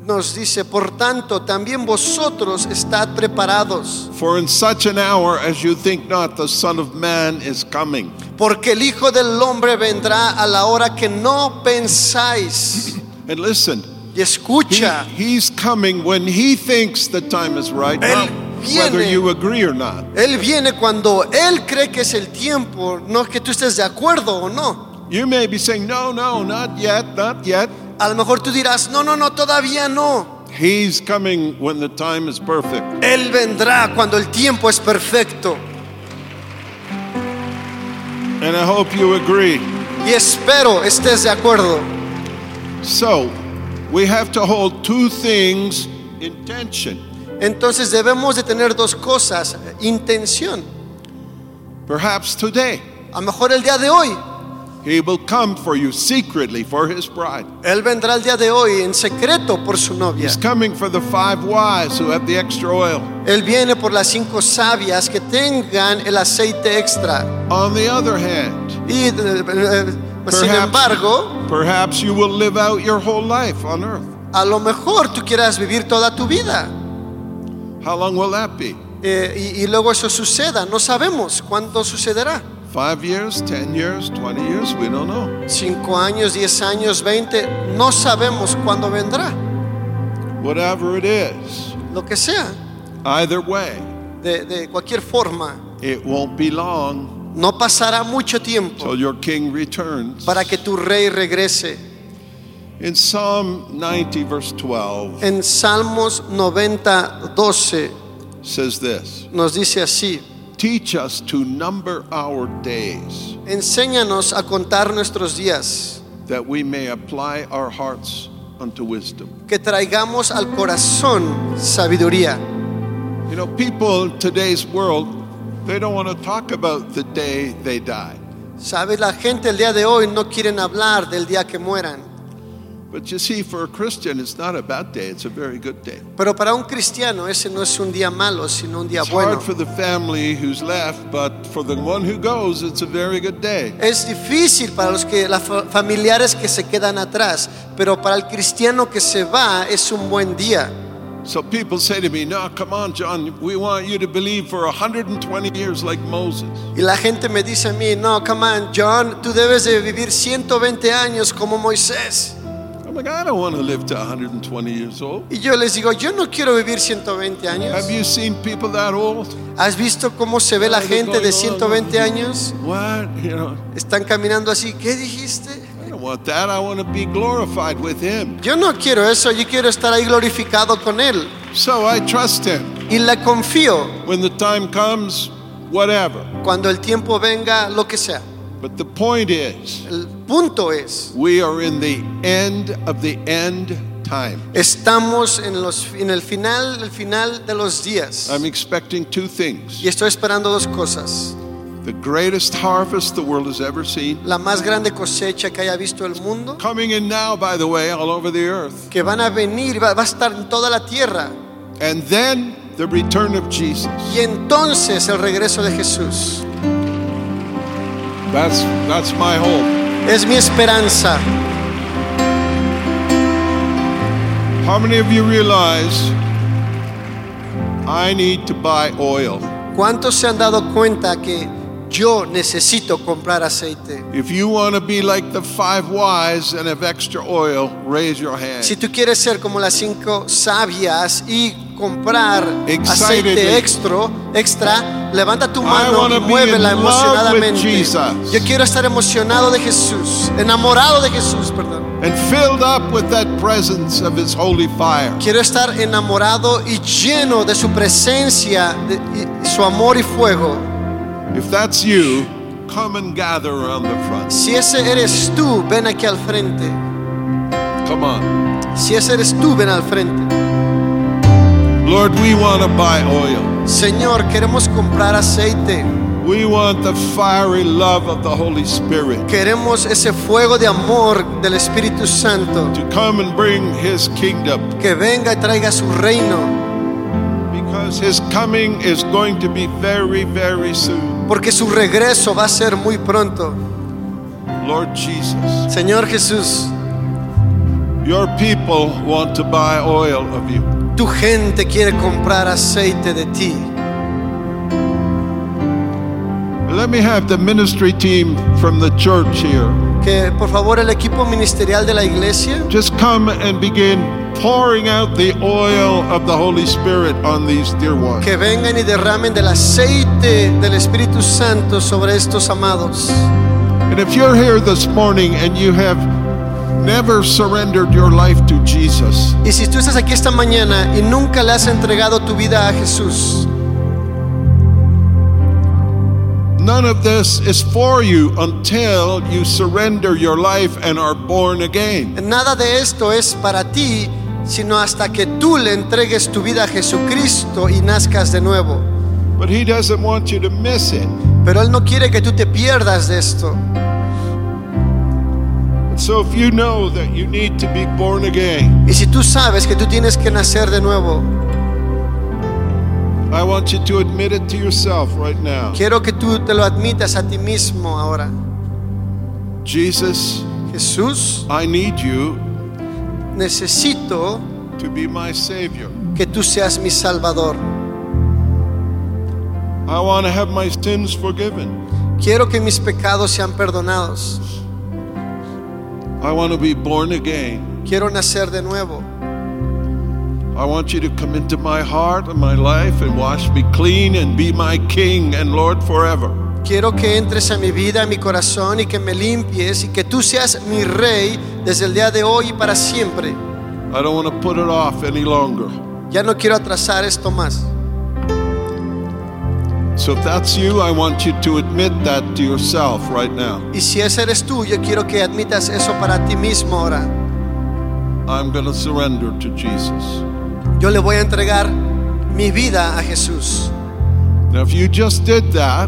B: nos dice, por tanto, también vosotros estad preparados,
A: for in such an hour as you think not, the Son of Man is coming.
B: porque el Hijo del Hombre vendrá a la hora que no pensáis.
A: And listen,
B: Y
A: he-
B: escucha,
A: He's coming when He thinks the time is right,
B: Él
A: not
B: viene.
A: whether you agree or not.
B: Él viene cuando Él cree que es el tiempo, no que tú estés de acuerdo o no.
A: You may be saying, No, no, not yet, not yet.
B: A lo mejor tú dirás, no, no, no, todavía no.
A: He's coming when the time is perfect.
B: Él vendrá cuando el tiempo es perfecto.
A: And I hope you agree.
B: Y espero estés de acuerdo.
A: So, we have to hold two things in tension.
B: Entonces debemos de tener dos cosas, intención.
A: Perhaps today,
B: A lo mejor el día de hoy,
A: He will come for you secretly for His bride.
B: Él vendrá el día de hoy en secreto por su novia.
A: He's coming for the five wise who have the extra oil.
B: Él viene por las cinco sabias que tengan el aceite extra.
A: On the other hand,
B: Y eh, eh, sin
A: Perhaps-
B: embargo,
A: perhaps you will live out your whole life on earth.
B: a lo mejor tú quieras vivir toda tu vida.
A: How long will that be?
B: Eh, y, y luego eso suceda. No sabemos cuándo sucederá.
A: Five years, ten years, twenty years? We don't know.
B: Cinco años, diez años, veinte. No sabemos cuándo vendrá.
A: Whatever it is,
B: Lo que sea.
A: either way,
B: De, de cualquier forma.
A: it won't be long
B: No pasará mucho tiempo
A: till your king returns.
B: para que tu rey regrese.
A: In Psalm 90, verse 12,
B: En Salmos 90, 12
A: says this
B: nos dice así.
A: Teach us to number our days,
B: Enséñanos a contar nuestros días,
A: that we may apply our hearts unto wisdom.
B: que traigamos al corazón sabiduría.
A: You know, people in today's world, they don't want to talk about the day they die.
B: Sabes, la gente el día de hoy no quieren hablar del día que mueran,
A: But you see, for a Christian, it's not a bad day, it's a very good day.
B: pero para un cristiano ese no es un día malo, sino un día
A: It's hard
B: bueno.
A: for the family who's left, but for the one who goes, it's a very good day.
B: Es difícil para los que las fa- familiares que se quedan atrás, pero para el cristiano que se va es un buen día.
A: So people say to me, No, come on, John, we want you to believe for 120 years like Moses.
B: Y la gente me dice a mí, no, come on, John, tú debes de vivir 120 años como Moisés.
A: I'm like, I don't want to live to 120 years old.
B: Y yo les digo, yo no quiero vivir 120 años.
A: Have you seen people that old?
B: ¿Has visto cómo se ve la gente de 120 años?
A: What? You know,
B: Están caminando así. ¿Qué dijiste?
A: I don't want that. I want to be glorified with Him.
B: Yo no quiero eso, yo quiero estar ahí glorificado con Él.
A: So I trust Him.
B: Y le confío
A: When the time comes, whatever.
B: cuando el tiempo venga, lo que sea.
A: But the point is,
B: El punto es,
A: we are in the end of the end time.
B: estamos en, los, en el final, el final de los días.
A: I'm expecting two things
B: Y estoy esperando dos cosas.
A: the greatest harvest the world has ever seen.
B: La más grande cosecha que haya visto el mundo,
A: Coming in now, by the way, all over the earth.
B: que van a venir, va, va a estar en toda la tierra.
A: And then the return of Jesus.
B: Y entonces el regreso de Jesús.
A: That's, that's my hope.
B: Es mi esperanza.
A: How many of you realize I need to buy oil?
B: ¿Cuántos se han dado cuenta que yo necesito comprar aceite?
A: If you want to be like the five wise and have extra oil, raise your hand.
B: Si tú quieres ser como las cinco sabias y comprar aceite
A: Excitedly.
B: extra, extra, levanta tu mano
A: wanna
B: y
A: be
B: muévela
A: in love with
B: emocionadamente.
A: Jesus.
B: Yo quiero estar emocionado de Jesús, enamorado de Jesús, perdón.
A: and filled up with that presence of His holy fire.
B: Quiero estar enamorado y lleno de su presencia, de- y- y su amor y fuego.
A: If that's you, come and gather around the front.
B: Si ese eres tú, ven aquí al frente.
A: Come on.
B: Si ese eres tú, ven al frente.
A: Lord, we want to buy oil.
B: Señor, queremos comprar aceite.
A: We want the fiery love of the Holy Spirit
B: Queremos ese fuego de amor del Espíritu Santo
A: to come and bring His kingdom
B: que venga y traiga su reino,
A: because His coming is going to be very, very soon.
B: porque su regreso va a ser muy pronto.
A: Lord Jesus,
B: Señor Jesús,
A: your people want to buy oil of you.
B: tu gente quiere comprar aceite de ti.
A: Let me have the ministry team from the church here.
B: Que por favor el equipo ministerial de la iglesia
A: Just come and begin pouring out the oil of the Holy Spirit on these dear ones.
B: que vengan y derramen del aceite del Espíritu Santo sobre estos amados.
A: And if you're here this morning and you have never surrendered your life to Jesus,
B: Y si tú estás aquí esta mañana y nunca le has entregado tu vida a Jesús,
A: none of this is for you until you surrender your life and are born again.
B: Nada de esto es para ti, sino hasta que tú le entregues tu vida a Jesucristo y nazcas de nuevo.
A: But He doesn't want you to miss it.
B: Pero Él no quiere que tú te pierdas de esto.
A: So if you know that you need to be born again,
B: Y si tú sabes que tú tienes que nacer de nuevo,
A: I want you to admit it to yourself right now.
B: quiero que tú te lo admitas a ti mismo ahora.
A: Jesus,
B: Jesús,
A: I need you
B: necesito
A: to be my Savior.
B: que tú seas mi Salvador.
A: I want to have my sins forgiven.
B: Quiero que mis pecados sean perdonados.
A: I want to be born again.
B: Quiero nacer de nuevo.
A: I want you to come into my heart and my life and wash me clean and be my King and Lord forever.
B: Quiero que entres a mi vida, a mi corazón y que me limpies y que tú seas mi rey desde el día de hoy y para siempre.
A: I don't want to put it off any longer.
B: Ya no quiero atrasar esto más.
A: So if that's you, I want you to admit that to yourself right now.
B: Y si ese eres tú, yo quiero que admitas eso para ti mismo ahora.
A: I'm going to surrender to Jesus.
B: Yo le voy a entregar mi vida a Jesús.
A: Now, if you just did that,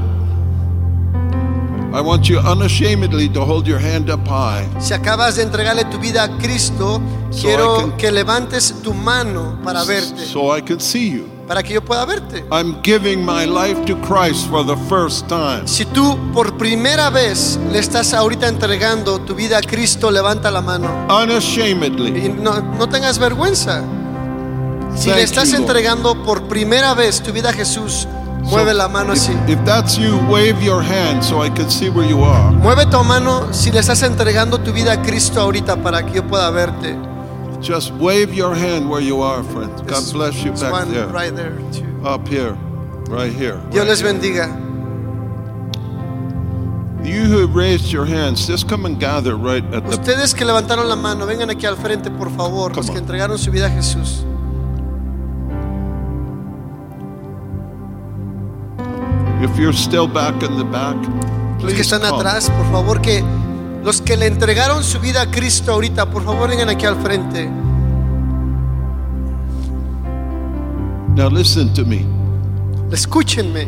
A: I want you unashamedly to hold your hand up high.
B: Si acabas de entregarle tu vida a Cristo,
A: So I
B: quiero
A: can-
B: que levantes tu mano para verte,
A: So I can see you.
B: para que yo pueda verte.
A: I'm giving my life to Christ for the first time.
B: Si tú por primera vez le estás ahorita entregando tu vida a Cristo, levanta la mano.
A: Unashamedly.
B: Y no, no tengas vergüenza. Si
A: Thank
B: le estás
A: you, Lord.
B: entregando por primera vez tu vida a Jesús, mueve
A: So,
B: la mano
A: if-
B: así.
A: If that's you, wave your hand so I can see where you are.
B: Mueve tu mano si le estás entregando tu vida a Cristo ahorita para que yo pueda verte.
A: Just wave your hand where you are, friends. God
B: There's-
A: bless you
B: there's
A: back
B: one
A: there.
B: right there, too.
A: Up here. Right here.
B: Dios
A: right
B: les
A: here.
B: bendiga.
A: You who raised your hands, just come and gather right at the
B: Ustedes que levantaron la mano, vengan aquí al frente, por favor, los
A: Come
B: que
A: on.
B: entregaron su vida a Jesús.
A: If you're still back in the back,
B: Los
A: please
B: que están
A: come.
B: atrás, por favor, que los que le entregaron su vida a Cristo ahorita, por favor, vengan aquí al frente.
A: Now listen to me.
B: Escúchenme.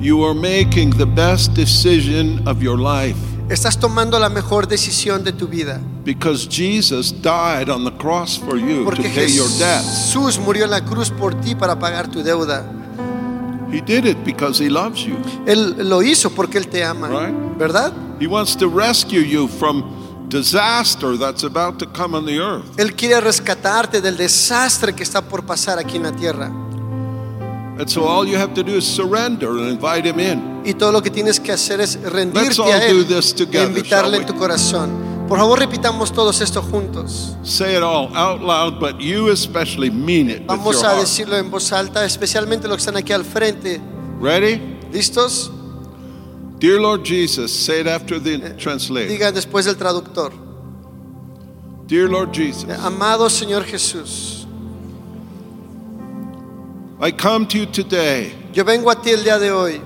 A: You are making the best decision of your life
B: Estás tomando la mejor decisión de tu vida.
A: because Jesus died on the cross for you to
B: Porque
A: pay your debts.
B: Jesús murió en la cruz por ti para pagar tu deuda.
A: He did it because he loves you.
B: Él lo hizo porque Él te ama,
A: Right.
B: ¿verdad?
A: He wants to rescue you from disaster that's about to come on the earth.
B: Él quiere rescatarte del desastre que está por pasar aquí en la tierra.
A: And so all you have to do is surrender and invite him in.
B: Y todo lo que tienes que hacer es rendirte
A: all
B: a Él
A: do this together,
B: e invitarle
A: shall
B: en tu
A: we?
B: corazón. Por favor, repitamos todos esto juntos.
A: Say it all out loud, but you especially mean it with
B: Vamos
A: your
B: a
A: heart.
B: decirlo en voz alta, especialmente los que están aquí al frente.
A: Ready?
B: ¿Listos?
A: Dear Lord Jesus, say it after
B: Eh,
A: the translator.
B: Digan después del traductor.
A: Dear Lord Jesus,
B: Amado Señor Jesús,
A: I come to you today
B: yo vengo a ti el día de hoy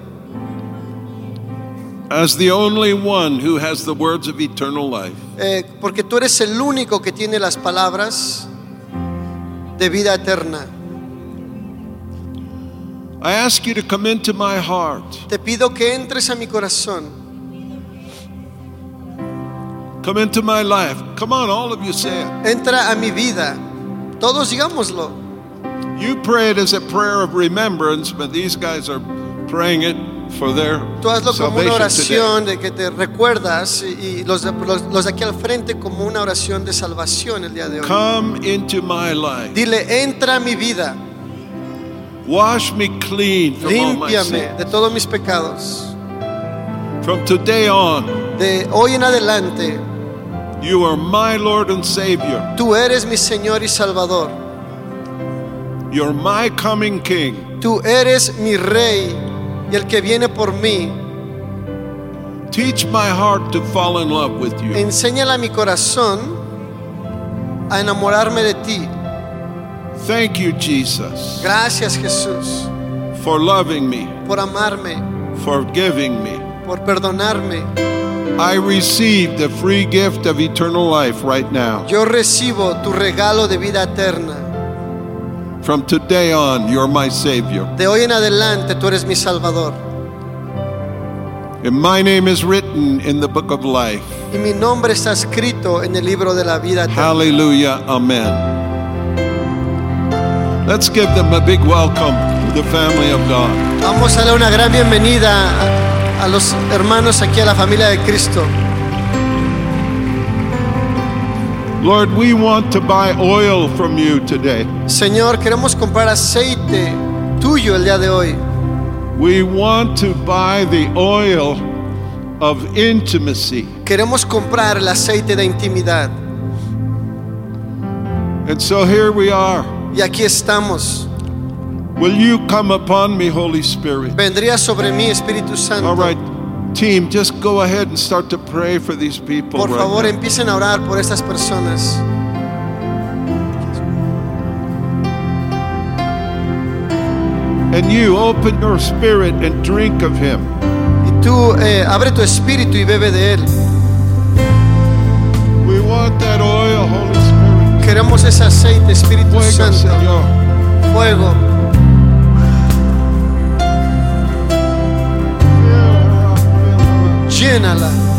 A: as the only one who has the words of eternal life.
B: eh, porque tú eres el único que tiene las palabras de vida eterna.
A: I ask you to come into my heart,
B: Te pido que entres a mi corazón,
A: come into my life. Come on, all of you say it.
B: entra a mi vida. Todos digámoslo.
A: You pray it as a prayer of remembrance, but these guys are praying it for their
B: Tú hazlo como una
A: salvation today.
B: oración de que te recuerdas y y los de, los- los de aquí al frente como una oración de salvación el día de hoy.
A: Come into my life.
B: Dile, entra a mi vida,
A: Wash me clean from all my
B: límpiame
A: sin.
B: de todos mis pecados.
A: From today on,
B: De hoy en adelante,
A: you are my Lord and Savior.
B: tú eres mi Señor y Salvador.
A: You're my coming King.
B: Tú eres mi Rey y el que viene por mí.
A: Teach my heart to fall in love with you.
B: Enséñale a mi corazón a enamorarme de ti.
A: Thank you, Jesus,
B: Gracias Jesús
A: for loving me,
B: por amarme,
A: for giving me.
B: por perdonarme.
A: I receive the free gift of eternal life right now.
B: Yo recibo tu regalo de vida eterna.
A: From today on, you're my Savior.
B: De hoy en adelante tú eres mi Salvador.
A: And my name is written in the book of life.
B: Y mi nombre está escrito en el libro de la vida eterna.
A: Hallelujah. Amen. Let's give them a big welcome to the family of God.
B: Vamos a darle una gran bienvenida a, a los hermanos aquí a la familia de Cristo.
A: Lord, we want to buy oil from you today.
B: Señor, queremos comprar aceite tuyo el día de hoy.
A: We want to buy the oil of intimacy.
B: Queremos comprar el aceite de intimidad.
A: And so here we are.
B: Y aquí estamos.
A: Will you come upon me, Holy Spirit?
B: Vendría sobre mí, Espíritu Santo.
A: All right, team, just go ahead and start to pray for these people.
B: Por
A: right
B: favor,
A: now.
B: empiecen a orar por estas personas.
A: And you open your spirit and drink of him.
B: Y tú eh, abre tu espíritu y bebe de él.
A: We want that oil, Holy Spirit.
B: Queremos ese aceite, Espíritu
A: Fuego,
B: Santo.
A: Señor.
B: Fuego. Llénala.